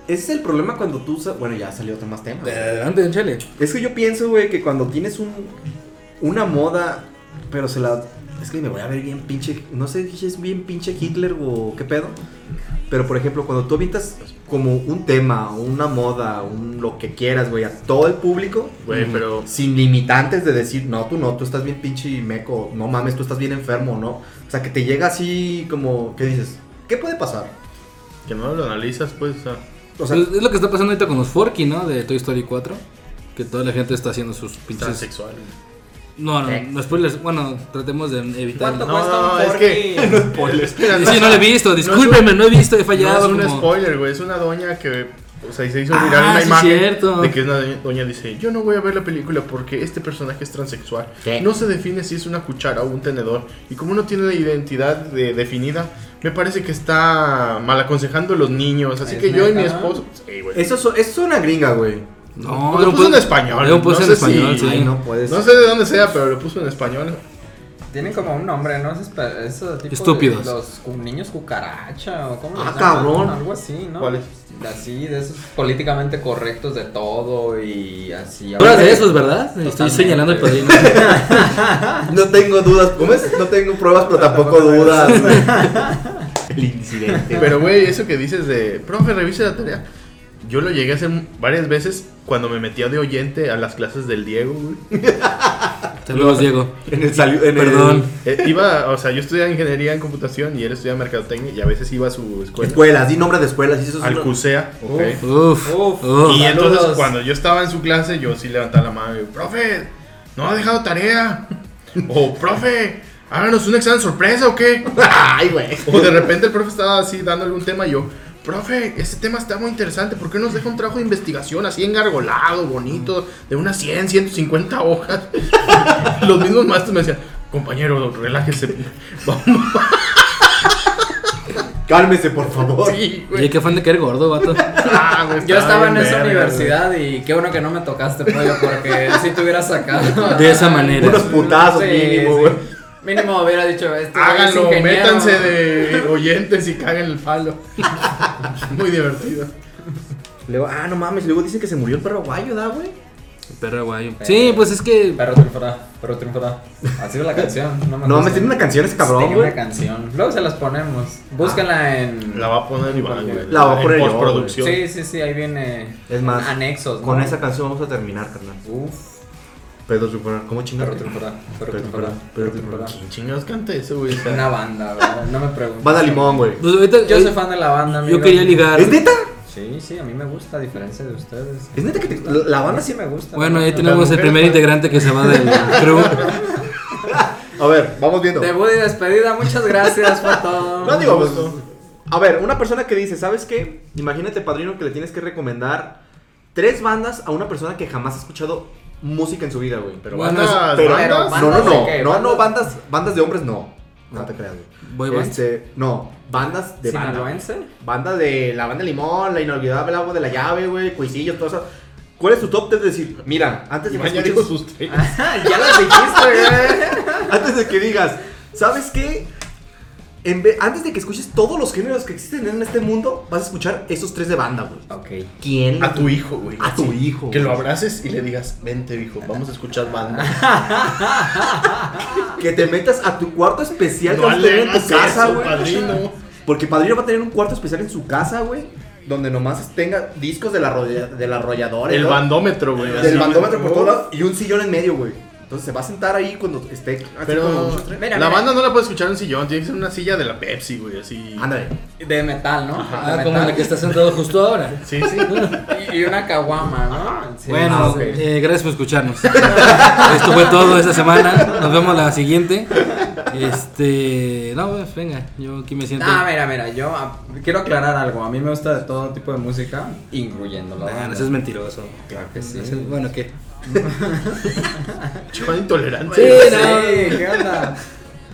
A: ese es el problema cuando tú. sa- Bueno, ya salió otro más tema.
C: De adelante, échale.
A: Es que yo pienso, güey, que cuando tienes un, una moda, pero se la. Es que me voy a ver bien pinche. No sé si es bien pinche Hitler o qué pedo. Pero por ejemplo, cuando tú avientas como un tema, una moda, un lo que quieras, güey, a todo el público.
D: Güey,
C: Mm.
D: pero
A: Sin limitantes de decir, no, tú no, tú estás bien pinche meco, no mames, tú estás bien enfermo, ¿no? O sea, que te llega así como, ¿qué dices? ¿Qué puede pasar?
D: que no lo analizas, pues, o sea,
A: O sea,
C: es es lo que está pasando ahorita con los Forky, ¿no? De Toy Story 4. Que toda la gente está haciendo sus
D: está
C: pinches.
D: sexual.
C: No, no,
B: Sí.
C: no spoilers. Bueno, tratemos de
B: ¿Cuánto
C: evitarlo.
D: No,
B: cuesta
D: no,
B: un
D: es
B: Forky?
D: que- Mira,
C: Sí, no lo he visto,
D: no es un-
C: discúlpeme, no he visto, he
D: No es
C: fallado.
D: un
C: como-
D: spoiler, güey. Es una doña que. O sea, y se hizo
C: Ah,
D: viral una
C: sí,
D: imagen
C: cierto.
D: de que una doña, doña dice, yo no voy a ver la película porque este personaje es transexual.
A: ¿Qué?
D: No se define si es una cuchara o un tenedor. Y como no tiene la identidad de- definida, me parece que está mal aconsejando a los niños. Así
B: ¿Es
D: que yo y mi
B: neta?
D: esposo... Sí, güey.
A: eso, so- eso es una gringa, güey.
C: No,
D: Lo
C: no
D: puso en
C: puedo-
D: español.
C: Lo puso
D: No
C: en
D: sé si-
C: español, sí.
A: Ay, no puedes.
D: No sé de dónde sea, pero lo puso en español.
B: Tienen como un nombre, ¿no? Esos, pe- esos tipos de-
C: Estúpidos.
B: los cu- niños cucaracha o cómo
A: Ah,
B: les llaman?
A: cabrón.
B: Algo así, ¿no?
D: ¿Cuáles?
B: Así, de esos políticamente correctos de todo y así.
C: Tú eras de esos, ¿verdad? Estoy
B: Totalmente.
C: señalando al padrino.
A: No tengo dudas, ¿cómo es? No tengo pruebas, pero tampoco dudas. güey. El incidente.
D: Pero, güey, eso que dices de, profe, revise la tarea. Yo lo llegué a hacer varias veces cuando me metía de oyente a las clases del Diego, güey.
C: Saludos, Diego.
A: En el salió, en el-
C: Perdón.
D: Eh, iba, o sea, yo estudiaba ingeniería en computación y él estudiaba mercadotecnia y a veces iba a su escuela,
A: Escuelas, di nombre de escuelas. y eso es
D: al
A: una- Oh.
D: CUSEA.
A: Ok.
C: Uf,
B: Uf.
C: uf.
D: Y
B: Saludos.
D: entonces cuando yo estaba en su clase, yo sí levantaba la mano y digo, profe, no ha dejado tarea. O profe, háganos un examen sorpresa o qué.
A: Ay, güey.
D: O de repente el profe estaba así dando algún tema y yo, profe, este tema está muy interesante, ¿por qué nos deja un trabajo de investigación así engargolado, bonito, de unas 100, 150 hojas? Los mismos maestros me decían, compañero, relájese. Vamos,
A: Cálmese, por favor.
D: sí,
C: Y
D: güey.
C: qué fan de caer gordo, vato.
D: Ah, güey,
B: Yo estaba en
D: bien
B: esa
D: verga,
B: universidad y qué bueno que no me tocaste, pollo, porque si te hubieras sacado.
C: De esa manera.
A: Unos putazos mínimo, güey.
B: Mínimo hubiera dicho este esto.
D: güey. Háganlo, métanse de oyentes y caguen el palo. Muy divertido.
A: Luego, ah, no mames. Luego dicen que se murió el perro guayo, ¿da, güey?
C: Perro guayo. Sí, pues es que.
B: Pero triunfará, pero triunfará. Así es la canción. No, me
A: No pues
B: gusta.
A: mames, tiene una canción ese cabrón,
B: Tiene
A: güey. Ah,
B: una canción. Luego se las ponemos. Búsquenla en.
D: La va a poner Iván, güey.
A: La va a poner
D: En
A: yo,
D: postproducción.
B: Sí, sí, sí, ahí viene.
A: Es más,
B: Anexos. ¿no?
A: Con esa canción vamos a terminar, carnal.
B: Uf.
A: Pedro Superman, ¿cómo
B: Pero
A: chingados?
B: triunfará,
A: Pero
B: pero triunfará,
A: triunfará,
B: pero
A: pero
B: triunfará.
D: ¿Quién chingados canta eso, güey? O sea,
B: Una banda, ¿verdad? No me preguntes.
A: Banda Limón, güey.
C: Pues ahorita.
B: Yo
C: eh,
B: soy fan de la banda, amigo.
C: yo quería ligar.
A: ¿Es neta?
B: Sí, sí, a mí me gusta, a diferencia de ustedes.
A: ¿Es neta que te- la- la banda
B: A mí sí me gusta.
C: Bueno, ahí
B: No,
C: tenemos el
D: mujeres,
C: primer
D: pues.
C: integrante que se va del crew.
A: A ver, vamos viendo.
B: Debut y despedida, muchas gracias por todo.
A: No digo, pues,
D: gusto.
A: a ver, una persona que dice, ¿sabes qué? Imagínate, padrino, que le tienes que recomendar tres bandas a una persona que jamás ha escuchado música en su vida, güey.
D: Pero
C: Bueno,
D: bandas,
A: Pero-
D: bandas.
A: no, no,
B: ¿bandas de
A: no,
B: qué?
A: no, no,
B: ¿Bandas?
A: bandas, bandas de hombres no. No te creas,
C: Boy
A: güey.
C: bands.
A: Este, no, bandas de banda. güey.
B: ¿Sinaloense?
A: Banda de la banda Limón, la inolvidable agua de la llave, güey, cuisillos, todo eso. ¿Cuál es tu top? Es decir, mira, antes de que
D: Iván ya dijo
A: escuches-
D: sus tres.
B: ya las dijiste, güey.
A: Antes de que digas, ¿sabes qué? en ve- antes de que escuches todos los géneros que existen en este mundo, vas a escuchar esos tres de banda, güey.
B: Ok.
A: ¿Quién?
D: A tu hijo, güey.
A: A tu
D: Sí.
A: hijo,
D: Que lo
A: güey.
D: abraces y le digas, vente, hijo, vamos a escuchar banda.
A: Que te metas a tu cuarto especial que
D: No
A: vas a tener en tu
D: hagas
A: casa,
D: eso,
A: güey.
D: padrino.
A: Porque Padrino va a tener un cuarto especial en su casa, güey. Donde nomás tenga discos de la, rolla- de la arrolladora. y
D: El
A: todo.
D: bandómetro, güey. así.
A: Del bandómetro por todos lados. Y un sillón en medio, güey. Entonces se va a sentar ahí cuando esté. así como
D: Pero
A: muchos tres.
B: Mira,
D: la
B: mira.
D: banda no la puede escuchar en un sillón, tiene que ser una silla de la Pepsi, güey, así.
A: Ándale.
B: De metal, ¿no?
C: Ah,
B: De
C: como en
B: metal.
C: la que está sentado justo ahora.
D: Sí, sí.
B: Y- Y una caguama, ¿no? Sí.
C: bueno,
B: Ah, ok.
C: eh, gracias por escucharnos. Esto fue todo esta semana. Nos vemos la siguiente. Este. No, pues venga, yo aquí me siento.
B: Ah, mira, mira, yo ah, quiero aclarar algo. A mí me gusta de todo tipo de música, incluyendo la
C: Nah,
B: banda.
C: no seas mentiroso.
B: Claro que sí.
C: Eso- Bueno, ¿qué?
D: Chaval intolerante.
C: Sí,
B: Sí,
C: no.
B: ¿qué onda?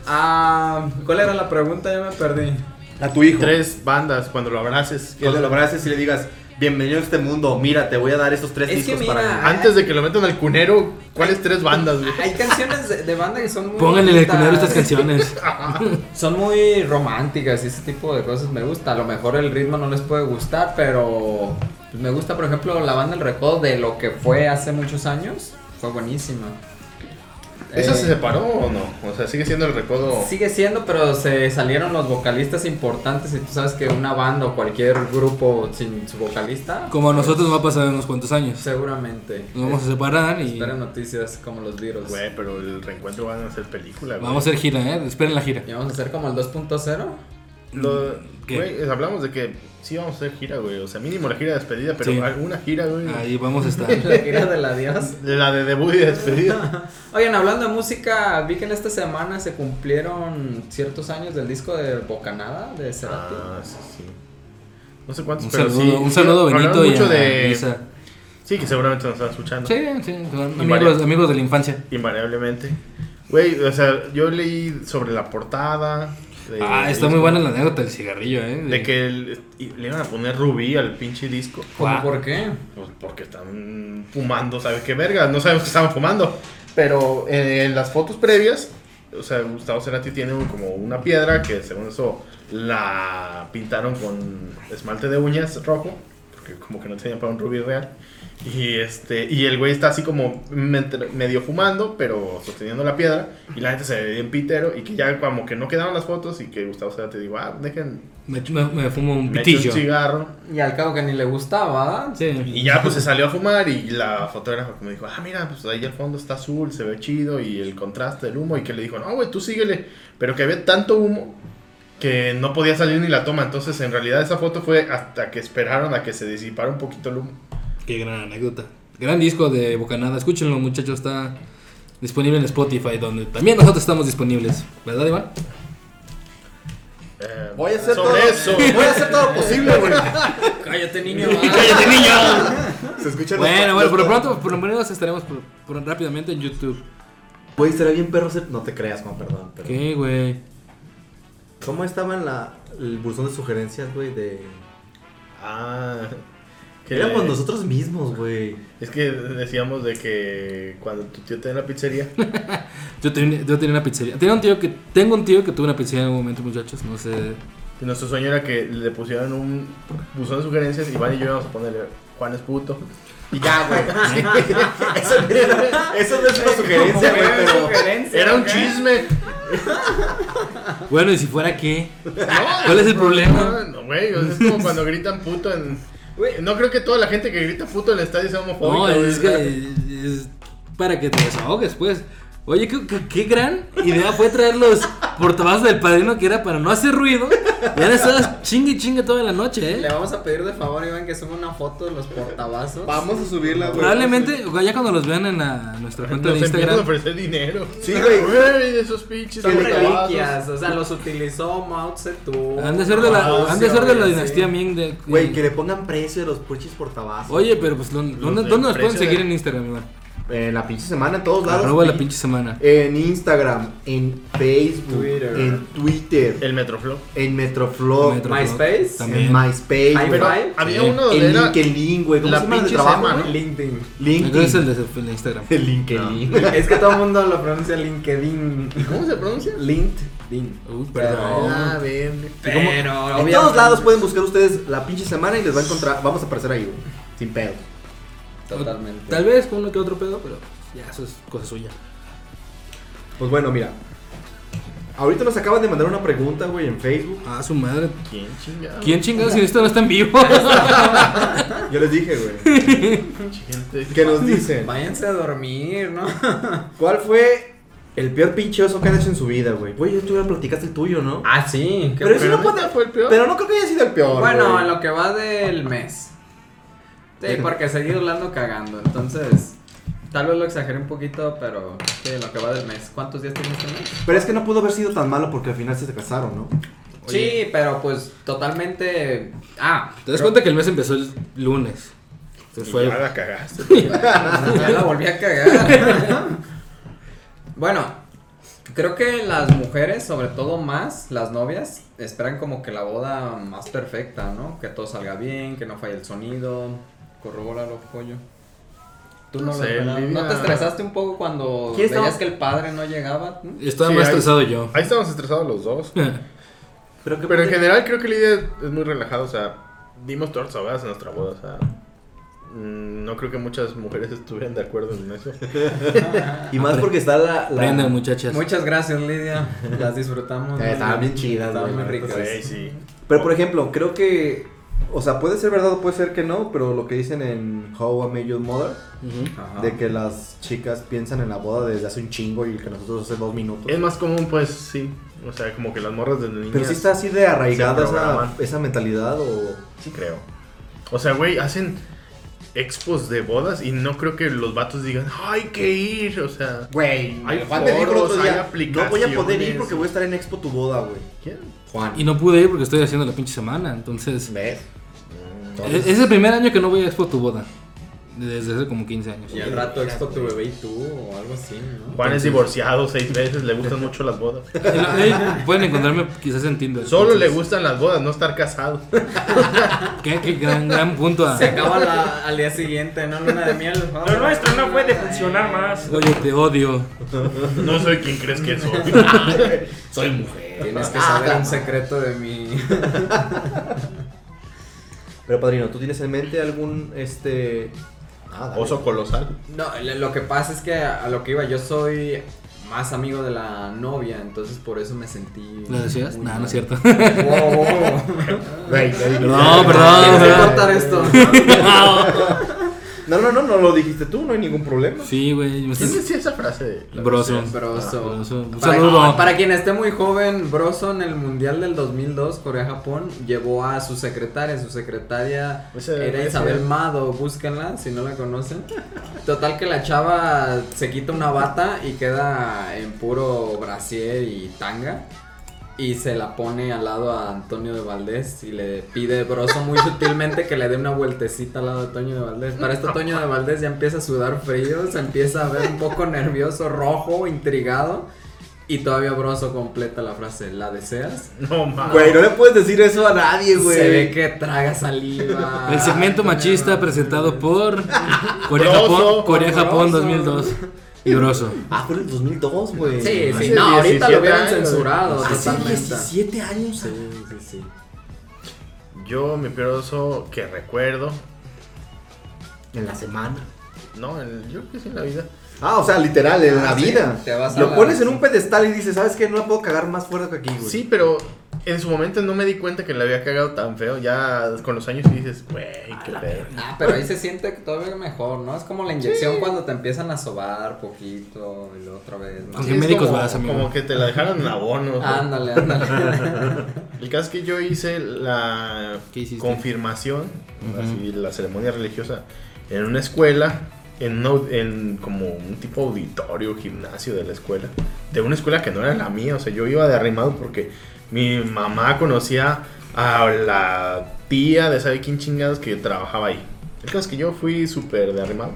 B: Ah, ¿Cuál era la pregunta? Ya me perdí.
A: A tu hijo.
D: Tres bandas cuando lo abraces. que-
A: Cuando lo abraces y le digas, bienvenido a este mundo, mira, te voy a dar estos tres
B: Es que
A: discos
B: mira,
A: para.
D: Antes de que lo metan al cunero, ¿cuáles tres bandas, güey?
B: Hay canciones de, de banda que son muy.
C: Pónganle en el
B: bonitas.
C: culero estas canciones.
B: Son muy románticas y ese tipo de cosas me gusta. A lo mejor el ritmo no les puede gustar, pero pues, me gusta, por ejemplo, la banda El Recodo de lo que fue hace muchos años. Fue buenísima.
D: ¿Eso
B: Eh,
D: se separó o no? O sea, sigue siendo el recodo.
B: Sigue siendo, pero se salieron los vocalistas importantes y tú sabes que una banda o cualquier grupo sin su vocalista.
C: Como a nosotros va
B: pues,
C: a pasar en unos cuantos años.
B: Seguramente.
C: Nos vamos a separar y
B: Esperen noticias como los virus.
D: Güey, pero el reencuentro van a hacer película, güey.
C: vamos a hacer gira, ¿eh? Esperen la gira.
B: Y vamos a hacer como el 2.0.
D: Lo-
C: ¿Qué?
D: güey, hablamos de que sí vamos a hacer gira, güey. O sea, mínimo la gira de despedida, pero
C: Sí.
D: alguna gira, güey.
C: Ahí vamos a estar.
B: La gira del adiós.
D: La de debut y despedida.
B: Oigan, hablando de música, vi que en esta semana se cumplieron ciertos años del disco de Bocanada de Cerati.
D: ah, sí, sí. No sé cuántos,
C: Un
D: pero
C: saludo,
D: sí.
C: un saludo a
D: hablaron
C: Benito y
D: mucho
C: a
D: de-
C: Lisa.
D: Sí, que seguramente nos están escuchando.
C: Sí, sí, son amigos,
D: varios.
C: amigos de la infancia.
D: Invariablemente. Güey, o sea, yo leí sobre la portada. de-
C: ah, está
D: de-
C: muy buena la anécdota del cigarrillo, ¿eh?
D: De que el- y le iban a poner rubí al pinche disco.
B: ¿Cómo
C: Guau.
B: por qué?
D: Pues porque están fumando, ¿sabes qué verga? No sabemos que estaban fumando. Pero eh, en las fotos previas, o sea, Gustavo Cerati tiene un- como una piedra que según eso la pintaron con esmalte de uñas rojo, porque como que no tenía para un rubí real. Y este y el güey está así como ment- medio fumando, pero sosteniendo la piedra y la gente se ve bien pitero y que ya como que no quedaron las fotos y que Gustavo Cerati dijo, "Ah, dejen
C: Me, me- me fumo un
D: me echo
C: pitillo.
D: un cigarro."
B: Y al cabo que ni le gustaba, ¿verdad?
C: Sí.
D: Y ya pues se salió a fumar y la fotógrafa me dijo, ah, mira, pues ahí el fondo está azul, se ve chido y el contraste del humo y que le dijo, no, güey, tú síguele, pero que había tanto humo que no podía salir ni la toma, entonces en realidad esa foto fue hasta que esperaron a que se disipara un poquito el humo.
C: Qué gran anécdota. Gran disco de Bocanada. Escúchenlo, muchachos. Está disponible en Spotify, donde también nosotros estamos disponibles. ¿Verdad, Iván?
D: Eh,
A: Voy a hacer
D: sobre
A: todo.
D: eso.
A: Voy a hacer todo lo posible, güey.
B: Cállate, niño.
A: Se escuchan los-
C: Bueno, bueno,
A: los-
C: por lo pronto, por lo menos estaremos por- por- rápidamente en YouTube.
A: Güey, estaría bien perro ser- No te creas, Juan, perdón. Pero...
C: ¿Qué, güey?
A: ¿Cómo estaba en la, el buzón de sugerencias, güey? De...
D: Ah, que-
A: Éramos nosotros mismos, güey.
D: Es que decíamos de que cuando tu tío te da en la pizzería,
C: Yo, tenía- yo tenía una pizzería. Tenía un tío que, tengo un tío que tuvo una pizzería en un momento, muchachos. No sé.
D: Y Nuestro sueño era que le pusieran un buzón de sugerencias. Iván y yo íbamos a ponerle Juan es puto. Y ya, güey.
A: Eso, eso no es una sugerencia, güey, pero...
D: Era un chisme.
C: Bueno, y si fuera qué.
D: No,
C: ¿Cuál es el problema?
D: No, no, güey. o sea, es como cuando gritan puto en.
B: Güey.
D: No creo que toda la gente que grita puto en el estadio sea homofóbica.
C: No,
D: güey,
C: es que
D: o sea,
C: es para que te desahogues, pues. Oye, qué, qué- qué gran idea fue traer los portavasos del padrino que era para no hacer ruido. Y han estado chingue y chingue toda la noche,
B: Le
C: ¿eh?
B: vamos a pedir de favor, Iván, que suba una foto de los portavasos.
A: Vamos a subirla, güey.
C: Probablemente, o ya cuando los vean en la- nuestra cuenta
D: Nos
C: de
D: empiezan a
C: Instagram.
D: ofrecer dinero.
A: Sí, güey.
D: Güey, esos pinches.
B: Son
D: portavasos.
B: reliquias, o sea, los utilizó Mao Zedong.
C: Han de ser de la, han de ser de la dinastía Ming. de-
A: Güey, que le pongan precio a los puchis por tabaco.
C: Oye, pero pues, ¿dónde, dónde-
D: del
C: dónde nos pueden
D: precio
C: seguir
D: de-
C: en Instagram, Iván?
A: Eh, la pinche semana en todos lados.
C: Arroba la
A: güey.
C: pinche semana.
A: En Instagram, en Facebook,
B: Twitter.
A: en Twitter,
D: El Metroflop.
A: en Metroflog,
C: Metro-
B: MySpace,
A: en
C: También.
A: Oh, MySpace,
B: High
A: güey.
D: Pero
B: Five.
D: había
C: Sí.
D: uno donde
A: en
D: era.
A: LinkedIn, güey. ¿Cómo
D: la
A: se llama el de
D: pinche
A: trabajo?
D: semana.
A: güey?
B: LinkedIn.
C: Creo que es el
A: LinkedIn.
C: de el de Instagram.
A: El LinkedIn.
B: Es que todo el mundo lo pronuncia LinkedIn.
D: ¿Cómo se pronuncia?
B: Linked. Din.
C: Uy,
B: Pero-
C: perdón.
D: Ah, ven.
C: Pero,
A: En todos lados pueden buscar ustedes la pinche semana y les va a encontrar. Vamos a aparecer ahí, güey. Sin pedo.
B: Totalmente.
C: Tal vez con uno que otro pedo, pero ya, eso es cosa suya.
A: Pues bueno, mira. Ahorita nos acaban de mandar una pregunta, güey, en Facebook.
C: Ah, su madre.
D: ¿Quién chingado?
C: ¿Quién chingados si esto no está en vivo?
A: Yo les dije, güey.
D: Gente.
A: Que nos dicen.
B: Váyanse a dormir, ¿no?
A: ¿Cuál fue el peor pinche oso que han hecho en su vida, güey? Güey, tú ya platicaste el tuyo, ¿no?
B: Ah, sí. qué
A: Pero eso
B: bueno.
A: no puede-
D: fue el peor.
A: Pero no creo que haya sido el peor,
B: Bueno,
A: güey.
B: en lo que va del mes. Sí, porque seguido la ando cagando. Entonces, tal vez lo exageré un poquito, pero sí, en lo que va del mes. ¿Cuántos días tienes este mes?
A: Pero es que no pudo haber sido tan malo porque al final se casaron, ¿no?
B: Sí, pero pues totalmente. Ah,
C: ¿Te das
B: creo-
C: cuenta que el mes empezó el lunes? Entonces
D: Y
C: Pues
D: ya
C: fue.
D: la cagaste.
B: Ya la volví a cagar. bueno, creo que las mujeres, sobre todo más, las novias, esperan como que la boda más perfecta, ¿no? Que todo salga bien, que no falle el sonido. Corrobóralo, pollo. Tú no,
D: No
B: lo
D: sé,
B: esperabas.
D: Lidia.
B: ¿No te estresaste un poco cuando
A: ¿Quién
B: veías
A: estaba-
B: que el padre no llegaba? ¿Mm?
C: Estaba
D: Sí,
C: más
D: ahí-
C: estresado yo.
D: Ahí estábamos estresados los dos.
A: Pero, que
D: Pero en general creo que Lidia es muy relajada, o sea, dimos todas las ahogadas en nuestra boda, o sea, mm, no creo que muchas mujeres estuvieran de acuerdo en eso.
A: Y más porque está la... la...
C: Prendan, muchachas.
B: Muchas gracias, Lidia. Las disfrutamos.
A: Eh, estaban bien chidas,
B: Estaban
A: güey,
B: muy
A: la
B: ricas.
A: neta,
D: Sí, Pues, sí.
A: Pero por ejemplo, creo que. O sea, puede ser verdad o puede ser que no, pero lo que dicen en How I Met Your Mother,
C: Ujú.
D: Ah.
B: Ajá.
A: de que las chicas piensan en la boda desde hace un chingo y que nosotros hace dos minutos.
D: Es más común, pues sí, o sea, como que las morras desde niñas.
A: pero si está así de arraigada
D: Se programan.
A: esa, esa mentalidad o.
D: Sí, creo. O sea, güey, hacen expos de bodas y no creo que los vatos digan, "Ah, hay que ir, o sea.
A: Güey,
D: Hay
A: Juan te dijo el otro
D: foros, hay
A: día, no voy a poder ir
D: aplicaciones".
A: porque voy a estar en Expo tu boda, güey.
D: ¿Quién?
A: Juan.
C: Y no pude ir porque estoy haciendo la pinche semana, entonces.
A: ¿Ves?
C: e- Es el primer año que no voy a Expo tu boda. Desde hace como 15 años.
B: Y al rato expo tu bebé y tú, o algo así, ¿no?
D: Juan es divorciado seis veces, le gustan mucho las bodas.
C: Y lo- eh, pueden encontrarme quizás en Tinder.
D: Solo le
C: entonces,
D: gustan las bodas, no estar casado.
C: Qué, qué gran, gran punto a.
B: Se acaba la- al día siguiente, ¿no? Luna de miel.
E: Lo nuestro no puede funcionar más.
C: Oye, te odio.
D: No soy quien crees que soy.
A: Soy mujer.
B: Tienes que saber un secreto de mí.
A: Pero padrino, ¿tú tienes en mente algún este. Ah, dale.
D: Oso colosal.
B: No, le- lo que pasa es que a a lo que iba, yo soy más amigo de la novia, entonces por eso me sentí.
C: ¿Lo decías?
B: muy
C: No,
B: mal.
C: no es cierto.
B: Wow, wow, wow.
A: Güey, güey.
C: No, perdón,
B: Tienes que
C: perdón.
B: cortar esto.
A: No, no, no, no lo dijiste tú, no hay ningún problema.
C: Sí, güey. me
D: ¿Quién
C: estás-
D: decía esa frase de
C: Broso. Ah,
B: Broso.
C: Broso. Un
B: Para,
C: saludo.
B: para quien esté muy joven, Broso en el Mundial del 2002, Corea-Japón, llevó a su secretaria. Su secretaria
D: Ese-
B: era
D: ese-
B: Isabel Mado, búsquenla si no la conocen. Total que la chava se quita una bata y queda en puro brasier y tanga. Y se la pone al lado a Antonio de Valdés y le pide Broso muy sutilmente que le dé una vueltecita al lado de Antonio de Valdés. Para esto Antonio de Valdés ya empieza a sudar frío, se empieza a ver un poco nervioso, rojo, intrigado. Y todavía Broso completa la frase, ¿la deseas?
D: No mames.
A: Güey, no le puedes decir eso a nadie, güey.
B: Se ve que traga saliva.
C: El segmento machista presentado por
D: Broso,
C: Corea-Japón Corea, Japón
B: Broso.
C: 2002. Y Broso.
A: Ah, fue en el 2002, güey.
B: Sí, sí,
D: Hace
B: no, ahorita lo
D: 17
B: hubieran
D: años.
B: censurado
A: Hace
B: totalmente.
A: 17 años.
B: Sí, sí, sí.
D: Yo, mi peor oso que recuerdo.
A: En la semana.
D: No, el- yo creo que sí en la vida.
A: Ah, o sea, literal, en la
B: Ah, sí,
A: vida.
B: te vas a
A: lo
B: la-
A: pones en un pedestal y dices, ¿sabes qué? No la puedo cagar más fuerte que aquí, güey.
D: Sí, pero en su momento no me di cuenta que le había cagado tan feo. Ya con los años y dices, güey, qué pedo.
B: Ah, pero ahí se siente todavía mejor, ¿no? Es como la inyección cuando te empiezan a sobar poquito y luego otra vez más.
C: ¿Con qué
D: es
C: médicos
D: como,
C: vas, amigo?
D: Como que te la dejaron en abono.
B: Ándale, ándale.
D: El caso es que yo hice la
C: ¿Qué hiciste?
D: confirmación,
C: Ujú.
D: así, la ceremonia religiosa, en una escuela, en, un au- en como un tipo auditorio, gimnasio de la escuela, de una escuela que no era la mía, o sea, yo iba de arrimado porque mi mamá conocía a la tía de sabe quién chingados que trabajaba ahí. El caso es que yo fui súper de arrimado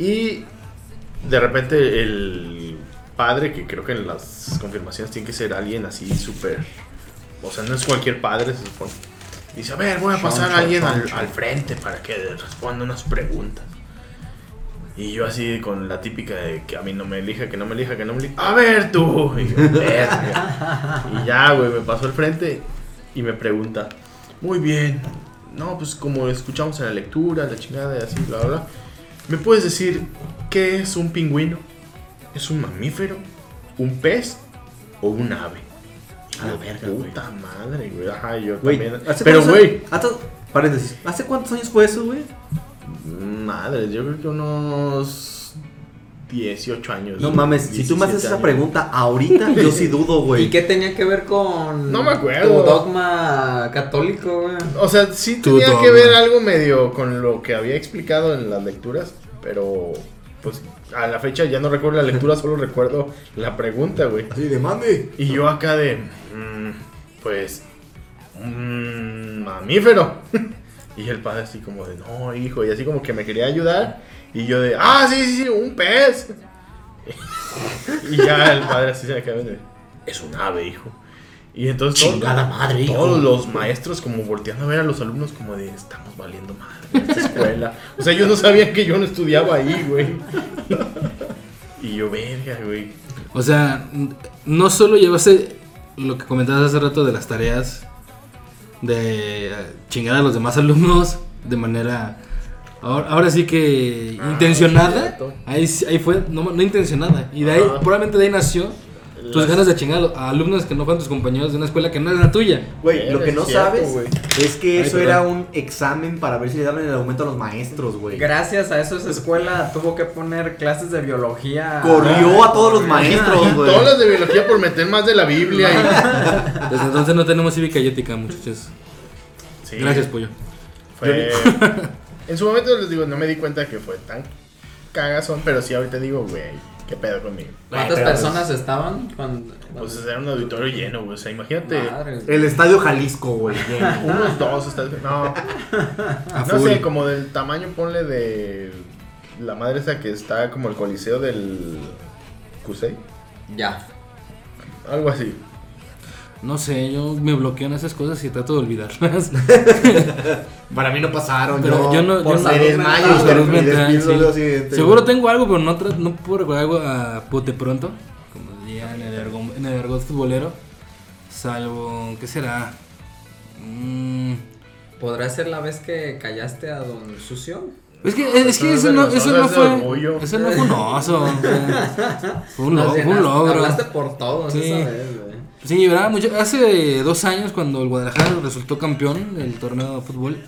D: y de repente el padre, que creo que en las confirmaciones tiene que ser alguien así súper o sea, no es cualquier padre, se supone. Dice, a ver, voy a pasar a alguien al, al frente para que responda unas preguntas. Y yo así con la típica de que a mí no me elija, que no me elija, que no me elija. A ver tú. Y, yo, "Verga". Y ya, güey, me pasó al frente y me pregunta, muy bien. No, pues como escuchamos en la lectura, la chingada y así, bla, bla, bla. ¿Me puedes decir qué es un pingüino? ¿Es un mamífero? ¿Un pez? ¿O un ave?
A: A la
D: Yo,
A: verga,
D: Puta madre, güey. Ajá, yo
A: Güey,
D: también.
A: ¿hace
D: Pero,
A: cuántos-
D: güey,
A: hasta- paréntesis, ¿hace cuántos años fue eso, güey?
D: madre, yo creo que unos 18 años.
A: No mames, si tú me haces
D: 17
A: esa
D: años.
A: pregunta ahorita, yo sí dudo, güey.
B: ¿Y qué tenía que ver con
D: No me acuerdo.
B: tu dogma católico, güey?
D: O sea, sí
C: Tú
D: tenía
C: toma.
D: que ver algo medio con lo que había explicado en las lecturas, pero pues a la fecha ya no recuerdo la lectura, solo recuerdo la pregunta, güey.
A: Así de mami.
D: Y yo acá de, mm, pues, mm, mamífero. Y el padre así como de, no, hijo, y así como que me quería ayudar. Y yo de, ah, sí, sí, sí, un pez. y ya el padre así se me quedaba de, es un ave, hijo. Y entonces todos-
A: Chingada madre, hijo.
D: todos los maestros como volteando a ver a los alumnos como de, estamos valiendo madre en esta escuela. o sea, ellos no sabían que yo no estudiaba ahí, güey. y yo, verga, güey.
C: O sea, n- no solo llevaste lo que comentabas hace rato de las tareas, de eh, chingar a los demás alumnos de manera... Ahora, ahora sí que
D: Ah,
C: intencionada.
D: cierto.
C: Ahí, sí- ahí fue, no, no intencionada. Y de ahí,
D: Ajá.
C: probablemente de ahí nació tus
D: Las-
C: ganas de chingar a lo- a alumnos que no fueron tus compañeros de una escuela que no era la tuya.
A: Güey, lo
D: Verga,
A: que no
D: es cierto,
A: sabes
D: güey.
A: es que
C: Ay,
A: eso era
C: perdón.
A: un examen para ver si le daban el aumento a los maestros, güey.
B: Gracias a eso esa escuela tuvo que poner clases de biología.
C: Ah,
A: Corrió a todos los maestros, güey.
D: Todas las de biología por meter más de la Biblia.
C: Desde entonces no tenemos cívica y ética, muchachos.
D: y- Sí,
C: Gracias, pollo.
D: fue- En su momento les digo, no me di cuenta que fue tan cagazón, pero sí ahorita digo, güey, qué pedo conmigo.
B: ¿Cuántas
A: Ay, pero
B: personas estaban? cuando-
D: Pues era un auditorio lleno, güey. O sea,
C: Pues,
D: imagínate.
C: eh,
B: Madre, güey.
A: El estadio Jalisco, güey. lleno.
D: Unos dos, hasta- no,
C: A
D: no
C: full.
D: sé, como del tamaño, ponle de la madre esa que está como el coliseo del Cusey,
B: Ya.
D: algo así.
C: No sé, yo me bloqueo en esas cosas y trato de olvidarlas.
A: Para mí no pasaron, yo,
C: Pero yo no-
A: por
C: yo no-
A: mi desmayo,
C: por salud
A: mi
C: mental,
A: desmayo,
C: sí.
A: lo siguiente,
C: Seguro
A: güey.
C: tengo algo, pero no, tra- no puedo recordar algo a pote pronto. Como diría en el, argot, en el argot futbolero. Salvo, ¿qué será? Mm,
B: ¿Podrá ser la vez que callaste a don Sucio?
C: es que, es que eso,
D: Eso es
C: no,
D: de-
C: eso,
D: eso
C: no
D: es de orgullo.
C: fue, eso no fue un oso. o sea, Fue un, lo-
B: Nos
C: fue un
B: llenaste-
C: logro.
B: Hablaste por todos
C: Sí.
B: esa vez, güey.
C: Sí, ¿verdad? Mucho- hace dos años cuando el Guadalajara resultó campeón del torneo de fútbol,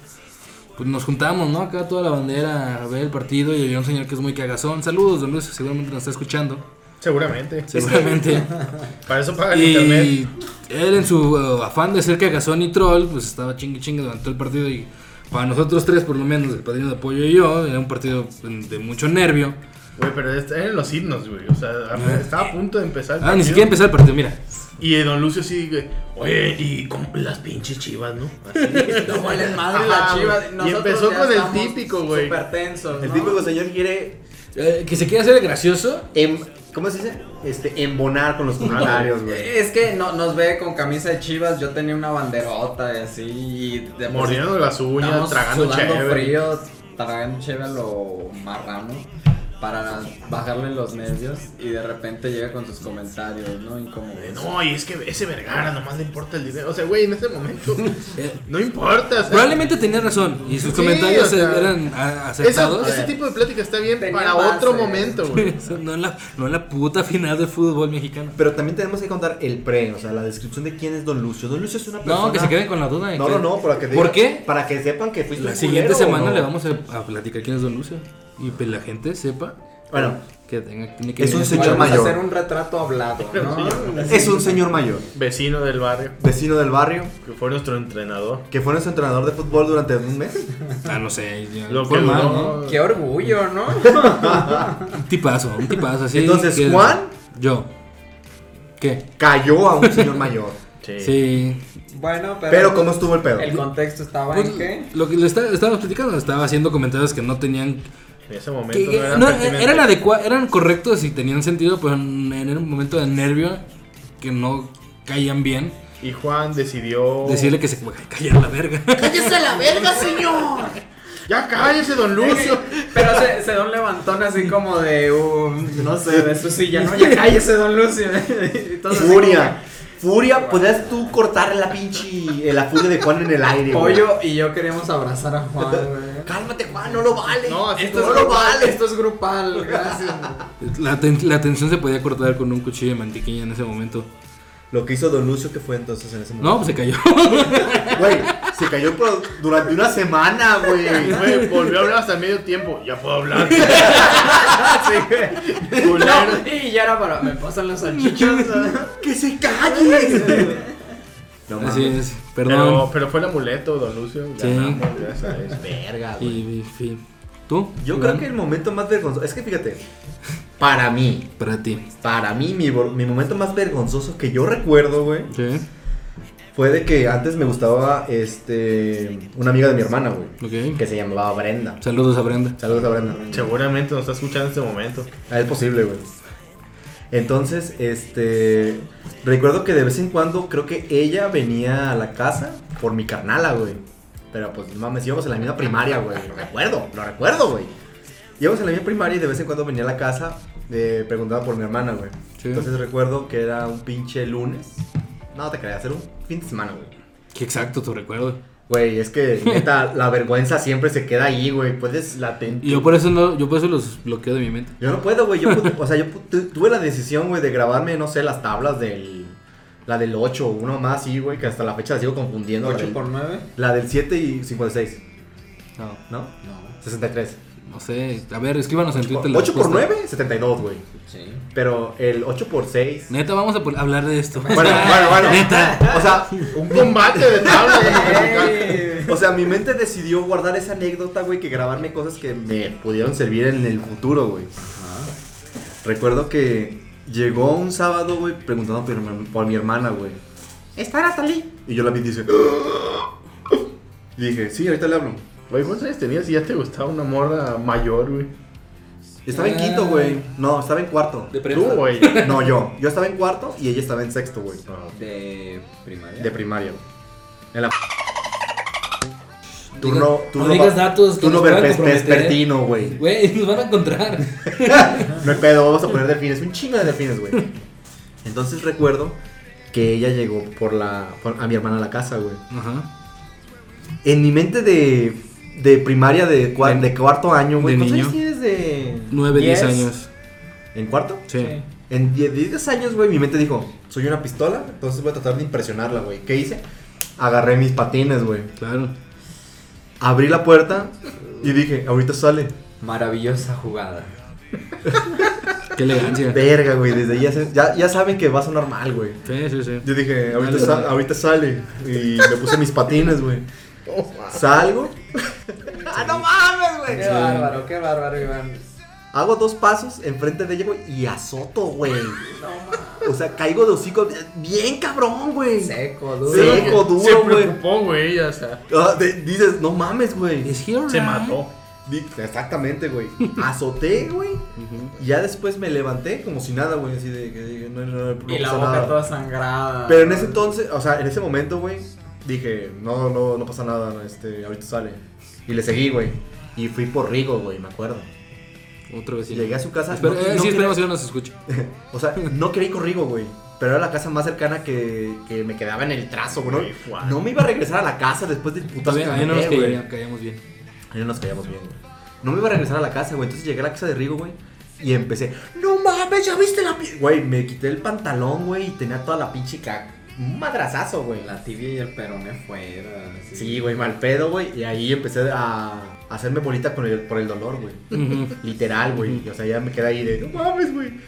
C: pues nos juntábamos, ¿no? Acá toda la bandera a ver el partido y había un señor que es muy cagazón. Saludos, don Luis, seguramente nos está escuchando.
D: Seguramente.
C: Seguramente.
D: Para eso pagan internet.
C: y él en su eh, afán de ser cagazón y troll, pues estaba chingue chingue durante todo el partido y para nosotros tres, por lo menos, el padrino de apoyo y yo, era un partido de mucho nervio.
D: Güey, pero est- eran los himnos, güey. O sea, estaba a punto de empezar. el
C: Ah, ni
D: partido.
C: siquiera empezó el partido, mira.
D: Y eh, don Lucio sí, güey, oye, y con las pinches chivas, ¿no?
B: No valen madre
D: Ajá,
B: la chiva.
D: güey. Y
B: Nosotros
D: empezó
B: ya
D: con el
B: estamos
D: típico, güey.
B: Súper tensos,
A: El
B: ¿no?
A: típico señor quiere
C: Eh, que se quiera hacer el gracioso,
A: em- ¿Cómo se dice? Este, embonar con los comentarios, güey.
B: Es que no, nos ve con camisa de chivas. Yo tenía una banderota y así. Y de
D: Mordiendo las uñas,
B: Estamos
D: tragando
B: sudando
D: chévere.
B: frío, tragando chévere lo marrano para bajarle los nervios y de repente llega con sus comentarios, ¿no?
D: Eh,
B: Incómodos.
D: No, y es que ese Vergara nomás le importa el dinero. O sea, güey, en ese momento no importa. o sea,
C: Probablemente tenía razón y sus
D: Sí,
C: comentarios
D: o sea,
C: eran a-
D: eso-
C: acertados.
D: ese tipo de plática está bien
B: Tenía
D: para
B: bases.
D: otro momento, güey.
C: Eso no, es la, no es la puta final del fútbol mexicano.
A: Pero también tenemos que contar el pre, o sea, la descripción de quién es Don Lucio. Don Lucio es una persona.
C: No, que se queden con la duda. de
A: pues, No,
C: que
A: no, no, para que te
C: ¿Por
A: diga-
C: qué?
A: Para que sepan que fuiste
C: La
A: un
C: siguiente
A: culero, ¿o
C: semana
A: no?
C: le vamos a, a platicar quién es Don Lucio. Y pues la gente sepa
A: Bueno,
C: que tenga tiene que
A: Es un
C: venir.
A: señor
B: Vamos
A: mayor.
B: a pues, hacer un retrato hablado, ¿no?
A: es un señor mayor,
D: Vecino del barrio,
A: vecino del barrio,
D: que fue nuestro entrenador.
A: que fue nuestro entrenador de fútbol durante un mes.
C: Ah, no sé. ya,
D: Lo
C: fue
D: que
C: mal,
D: duró-
B: Qué orgullo, ¿no?
C: ¿no? Un tipazo, un tipazo. Así
A: Entonces,
C: que-
A: Juan-
C: Yo. ¿Qué?
A: Cayó a un señor mayor.
D: Sí.
C: Sí.
B: Bueno, pero.
A: Pero, ¿cómo estuvo el pedo?
B: El contexto estaba
C: Pues,
B: en qué.
C: lo que le está- estábamos platicando, estaba haciendo comentarios que no tenían
D: En ese momento
C: Que- que-
D: no era
C: no, eh,
D: pertinente.
C: eran adecua- eran correctos y tenían sentido, pero en, en un momento de nervio que no caían bien,
D: Y Juan decidió.
A: Oh.
C: decirle que se callara la verga.
F: ¡Cállese la verga, señor!
D: Ya cállese, don Lucio.
B: Pero se, se da un levantón así como de un. No sé, de su silla, ¿no? Ya cállese, don Lucio. Y todos así
A: Furia. Furia, podrías tú cortar la pinche. eh, La furia de Juan en el aire,
B: como,
A: güey.
B: Pollo y yo queremos abrazar a Juan, güey.
A: Cálmate, Juan, no lo vale.
D: No, así
A: esto
B: Esto
A: no
B: es
A: lo
B: grupal,
A: vale.
B: esto es grupal, gracias. güey.
C: La, ten- la tensión se podía cortar con un cuchillo de mantequilla en ese momento.
A: Lo que hizo Don Lucio, que fue entonces en ese momento?
C: No, pues se cayó.
A: Güey, se cayó por- durante una semana, güey.
D: Güey, volvió a hablar hasta medio tiempo. Ya puedo hablar.
C: Ah,
D: Culero.
B: No, y ya era para. Me pasan los salchichos.
A: ¡Que se calle! No mames.
C: Así es,
D: Pero,
C: perdón.
D: pero fue el amuleto, don Lucio.
C: Sí.
D: Ganamos, gracias a eso.
A: Verga,
C: Y,
A: güey.
C: y fin. ¿Tú?
A: Yo
C: Iván?
A: creo que el momento más vergonzoso. Es que fíjate, para mí,
C: Para ti.
A: para mí, mi, bor- mi momento más vergonzoso que yo recuerdo, güey,
C: Sí,
A: fue de que antes me gustaba este, una amiga de mi hermana, güey,
C: ok.
A: que se llamaba Brenda.
C: Saludos a Brenda.
A: Saludos a Brenda.
D: Seguramente nos está escuchando en este momento.
A: Ah, es posible, güey. Entonces, este. Recuerdo que de vez en cuando creo que ella venía a la casa por mi carnala, güey. Pero pues no mames, íbamos en la misma primaria, güey. Lo recuerdo, lo recuerdo, güey. Íbamos en la misma primaria y de vez en cuando venía a la casa, eh, preguntaba por mi hermana, güey.
C: Sí.
A: Entonces recuerdo que era un pinche lunes. No te creas, era un fin de semana, güey.
C: Qué exacto tu recuerdo.
A: Güey, es que neta, la vergüenza siempre se queda ahí, güey. Puedes latente.
C: Y yo por eso no, yo por eso los bloqueo de mi mente.
A: Yo no puedo, güey. Yo, pu- o sea, yo pu- tu- tuve la decisión, güey, de grabarme, no sé, las tablas del. La del 8, uno más, sí, güey, que hasta la fecha la sigo confundiendo. La
B: 8
A: del,
B: por 9.
A: la del 7 y 56,
C: No,
A: ¿no?
B: No.
A: 63.
C: no sé. A ver, escríbanos en Twitter. la
A: 8 por
C: respuesta.
A: 9, 72, güey.
B: Sí.
A: Pero el 8 por 6.
C: Neta, vamos a pol- hablar de esto.
A: Bueno, bueno, bueno.
C: Neta.
A: O sea,
D: Un combate de tabla.
A: o sea, mi mente decidió guardar esa anécdota, güey, que grabarme cosas que me pudieron servir en el futuro, güey. Recuerdo que llegó un sábado, güey, preguntando por mi, por mi hermana, güey. ¿Está Natalie? Y yo la vi y dice. Y dije, sí, ahorita le hablo.
D: Güey, ¿cuántos años tenías y ya te gustaba una morra mayor, güey?
A: Estaba en quinto, güey. No, estaba en cuarto.
C: Ah. De prepa.
D: Tú, güey.
A: No, yo. Yo estaba en cuarto y ella estaba en sexto, güey.
C: Ah,
B: De primaria.
A: De primaria, güey. En la. Turno.
C: Diga-
A: turno
C: no digas datos que
A: Turno
C: nos puedan
A: verpes-
C: comprometer.
A: vespertino, güey.
C: Güey, nos van a encontrar.
A: No hay pedo, vamos a poner delfines, un chingo de delfines, güey. Entonces recuerdo que ella llegó por la por- a mi hermana a la casa, güey.
C: Ajá.
A: En mi mente de, de primaria de, cua- de cuarto año, güey.
C: de
A: ¿cuántos
C: niño.
A: años tienes de
C: 9, 10
A: 10?
C: años.
A: ¿En cuarto?
C: Sí.
A: En 10, 10 años, güey, mi mente dijo, soy una pistola, entonces voy a tratar de impresionarla, güey. ¿Qué hice? Agarré mis patines, güey.
C: Claro.
A: Abrí la puerta y dije, ahorita sale.
B: Maravillosa jugada.
C: Qué elegancia.
A: Verga, güey, desde ahí ya, se- ya, ya saben que va a sonar mal, güey.
C: Sí, sí, sí.
A: Yo dije, ahorita,
C: Dale,
A: sa-
C: dale.
A: ahorita sale. Y me puse mis patines, güey.
D: Oh,
A: Salgo. ¡Ah, no mames,
B: Qué
A: güey!
B: bárbaro, qué bárbaro, Iván.
A: Hago dos pasos enfrente de ella, güey, y azoto, güey. O sea, caigo de hocico bien cabrón, güey.
B: Seco, duro.
A: Seco,
D: Se
A: duro, güey.
D: preocupó, güey. O sea,
A: Ah, de- Dices, no mames, güey.
C: Is he alright?
D: se mató.
A: Di- Exactamente, güey. Azoté, güey.
C: Ujú.
A: Y ya después me levanté como si nada, güey. Así de que dije, no, no, no, no
B: Y la
A: pasa
B: boca
A: nada.
B: toda sangrada.
A: Pero en ese entonces, o sea, en ese momento, güey, dije, no, no, no pasa nada, no, este, ahorita sale. Y le seguí, güey. Y fui por Rigo, güey, me acuerdo.
C: Otro
A: Y
C: vecino.
A: llegué a su casa.
C: Espera-
A: no-
C: eh,
A: no
C: sí,
A: quería-
C: esperemos que no nos escuche.
A: o sea, no quería ir con Rigo, güey. Pero era la casa más cercana que, que me quedaba en el trazo, güey.
D: Güey, guau.
A: No me iba a regresar a la casa después del
C: Está
A: putazo
C: bien,
A: que
C: ahí no nos
A: metí, güey.
C: caía- caíamos bien.
A: Ahí no nos callamos bien, güey. No me iba a regresar a la casa, güey. Entonces llegué a la casa de Rigo, güey. Y empecé, no mames, ya viste la piel. Güey, me quité el pantalón, güey, y tenía toda la pinche caca. Un madrazazo, güey.
B: La tibia y el peroné fuera. así.
A: Sí, güey, mal pedo, güey. Y ahí empecé a hacerme bolita con el, por el dolor, güey.
C: Ujú.
A: Literal, güey. O sea, ya me quedé ahí de, no mames, güey.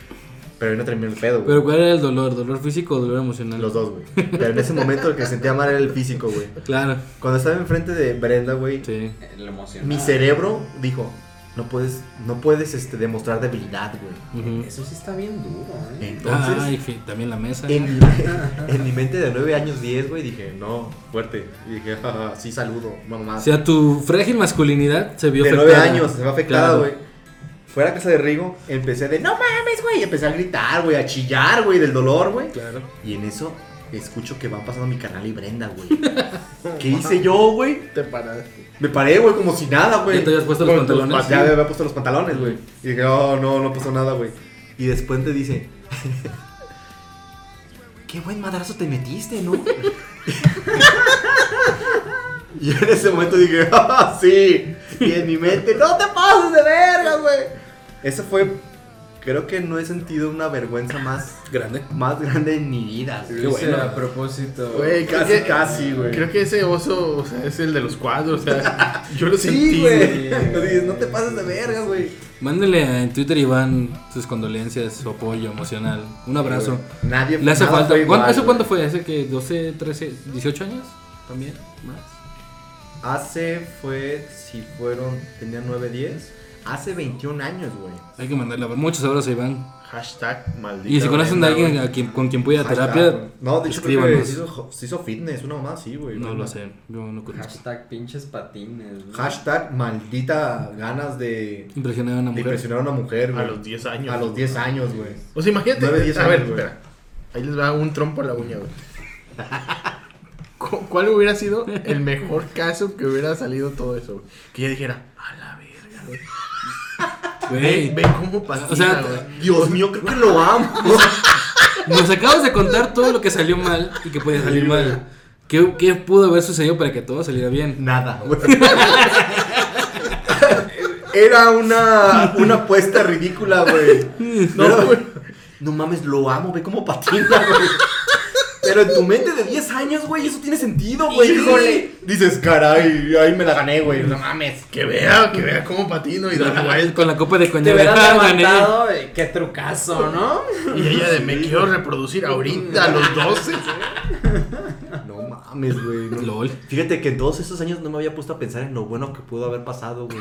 A: Pero ahí no terminé el pedo,
C: Pero
A: güey.
C: ¿cuál era el dolor? ¿Dolor físico o dolor emocional?
A: Los dos, güey. Pero en ese momento el que sentía mal era el físico, güey.
C: Claro,
A: Cuando estaba enfrente de Brenda, güey,
C: sí.
B: El emocional.
A: mi cerebro dijo, no puedes, no puedes este, demostrar debilidad, güey.
C: Ujú.
B: Eso sí está bien duro, ¿eh?
A: Entonces,
C: Ay, que también la mesa.
A: en, mi, en mi mente de 9 años 10, güey, dije, no, fuerte. Y dije, "Ja, ja, ja, sí, saludo, mamá.
C: O sea, tu frágil masculinidad se vio
A: de nueve
C: afectada.
A: años, se me ha afectado,
C: Claro.
A: güey. Fue a la casa de Rigo, empecé de, no mames, güey, y empecé a gritar, güey, a chillar, güey, del dolor, güey.
C: Claro.
A: Y en eso escucho que van pasando mi canal y Brenda, güey. ¿Qué hice yo, güey?
D: Te paraste.
A: Me paré, güey, como si nada, güey.
C: Ya te habías puesto los
A: Con tus
C: pantalones.
A: pat- Pues Ya me había puesto los pantalones, güey. Y dije, oh, no, no pasó nada, güey. Y después te dice, qué buen madrazo te metiste, ¿no? y en ese momento dije, ah, sí. Y en mi mente, no te pases de verga, güey. Eso fue, creo que no he sentido una vergüenza más,
C: Grande.
A: más grande en mi vida. güey.
F: Lo hice a propósito.
D: Güey, creo
A: Casi,
D: que-
A: casi, güey.
D: Creo que ese oso o sea, es el de los cuadros. O sea, yo lo
A: Sí,
D: sentí.
A: güey. Lo dices, no te pases de verga, güey.
C: Mándele en Twitter, Iván, sus condolencias, su apoyo emocional. Un abrazo.
A: Nadie
C: Le hace
A: nada
C: falta.
A: fue igual,
C: ¿Cuánto- ¿Eso
A: güey.
C: cuándo fue? ¿Hace que 12, 13, 18 años? ¿También? ¿Más?
A: Hace fue, si fueron, tenía 9, 10. Hace 21 años, güey.
C: Hay que mandarle muchos abrazos a Iván.
D: Hashtag maldito.
C: Y si conocen a alguien a quien- con quien pueda ir a terapia,
A: No, de hecho creo que
C: escríbanos.
A: se hizo, se hizo fitness, una mamá sí, güey.
C: no lo sé. Yo no conozco.
B: Hashtag pinches patines. ¿no?
A: Hashtag maldita ganas de,
C: Impresionar a
A: de
C: una mujer.
A: impresionar a una mujer,
D: A
A: güey.
D: los 10 años.
A: A los 10 años, güey.
D: O sea, imagínate.
A: Nueve, diez
D: a ver,
A: años, güey.
D: espera. Ahí les va un trompo a la uña, güey. ¿Cu- ¿Cuál hubiera sido el mejor caso que hubiera salido todo eso? güey? Que yo dijera, a la verga, güey. Ve,
C: Güey,
D: ve cómo pasó.
C: O sea,
A: Dios mío, creo que lo amo.
C: nos acabas de contar todo lo que salió mal y que podía salir mal. ¿Qué, qué pudo haber sucedido para que todo saliera bien?
A: Nada, güey. Era una, una apuesta ridícula, güey. No, güey. No mames, lo amo, ve cómo patina, güey. Pero en tu mente de 10 años, güey, eso tiene sentido, güey.
B: Híjole.
A: Dices, caray, ahí me la gané, güey. No mames.
D: que vea, que vea cómo patino y da vuelta.
C: Con la copa de
B: Te
C: coñac.
B: hubieras
C: Ah, gané.
B: levantado, eh, qué trucazo, ¿no?
D: Y ella de, me quiero reproducir ahorita, a los 12.
A: No mames, güey. no.
C: LOL.
A: Fíjate que en todos esos años no me había puesto a pensar en lo bueno que pudo haber pasado, güey.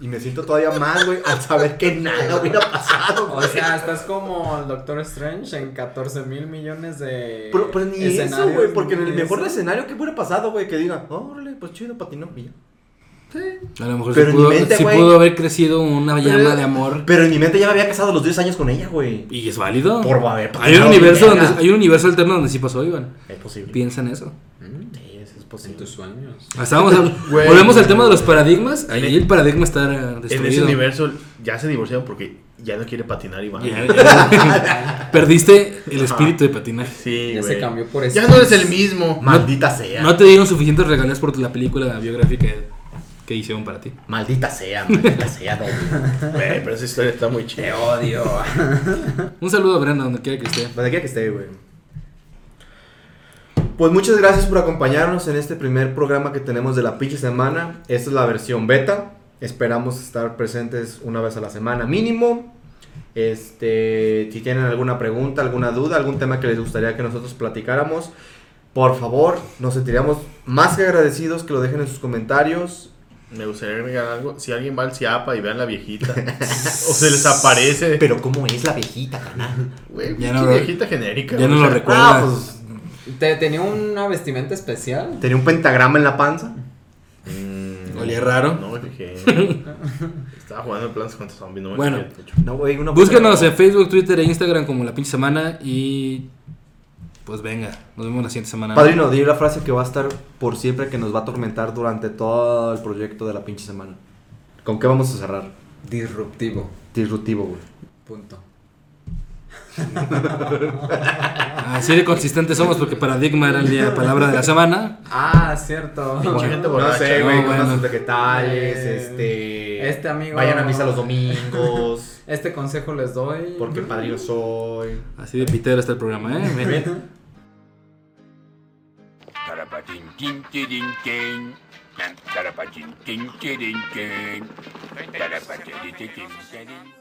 A: Y me siento todavía más, güey, al saber que nada hubiera pasado,
B: O
A: güey.
B: sea, estás como el Doctor Strange en 14 mil millones de.
A: Pero, pero eh, ni eso,
B: escenarios,
A: güey, porque en
B: ni
A: el mejor
B: eso.
A: escenario que hubiera pasado, güey, que diga, órale, pues chido, patinó, y ya.
C: A lo mejor
A: Pero
C: sí,
A: en
C: pudo,
A: mi mente,
C: sí
A: güey.
C: pudo haber crecido una llama de amor.
A: Pero en mi mente ya me había casado a los 10 años con ella, güey.
C: Y es válido.
A: Por haber
C: Hay un,
A: patinado
C: universo
A: bien,
C: donde,
A: verga.
C: hay un universo alterno donde sí pasó, Iván.
A: Es posible.
C: Piensa en eso.
A: Sí, eso es
B: En
A: posible.
B: tus Mm, sueños.
C: Hasta vamos a-
D: Güey.
C: volvemos al tema de los paradigmas. Ahí el paradigma está destruido.
D: En ese universo ya se divorciaron porque ya no quiere patinar Iván.
C: Ya- ya- Perdiste el espíritu de patinaje.
D: Sí,
B: Ya
D: güey.
B: se cambió por este eso.
D: Ya no eres el mismo.
A: Maldita sea.
C: No te dieron suficientes regalías por la película biográfica que hicieron para ti.
A: Maldita sea, maldita sea, no, güey.
D: Güey, pero esa historia está muy
B: Te
D: chida.
B: odio.
C: Un saludo a Brenda, donde quiera que esté.
A: Donde quiera que esté, güey. Pues muchas gracias por acompañarnos en este primer programa que tenemos de la pinche semana. Esta es la versión beta. Esperamos estar presentes una vez a la semana mínimo. Este, si tienen alguna pregunta, alguna duda, algún tema que les gustaría que nosotros platicáramos, por favor, nos sentiríamos más que agradecidos que lo dejen en sus comentarios.
D: Me gustaría agregar algo. Si alguien va al CIAPA y vean la viejita, o se les aparece.
A: Pero cómo es la viejita, carnal.
D: Güey,
C: Ya
D: ya
C: no lo-
D: viejita genérica.
C: ya
D: güey.
C: no lo
D: O sea,
C: recuerdo.
A: Ah, pues
B: ¿Te tenía una vestimenta especial?
A: tenía un pentagrama en la panza.
D: mm,
C: Olía raro.
D: No me fijé. Estaba jugando en Plants contra Zombies. No me
C: Bueno.
D: fijé, de hecho.
A: No, güey, una
C: Búsquenos en Facebook, Twitter e Instagram como La Pinche Semana y pues venga, nos vemos la siguiente semana.
A: Padrino, di la frase que va a estar por siempre que nos va a atormentar durante todo el proyecto de la pinche semana. ¿Con qué vamos a cerrar?
B: Disruptivo.
A: Disruptivo, güey.
B: Punto.
C: Así de consistentes somos porque paradigma era el día palabra de la semana.
B: Ah, cierto.
D: Pinche gente
A: No
D: borracha.
A: sé,
C: No,
A: güey,
C: bueno.
A: con los vegetales,
B: Eh,
A: este...
B: este amigo-
A: Vayan a misa los domingos,
B: Este consejo les doy.
A: porque padrino soy...
C: Así de pitero está el programa, ¿eh? Ven.
G: Tarapatin tin tirin tin. Tarapatin tin tirin tin. Tarapatin tin tirin tin.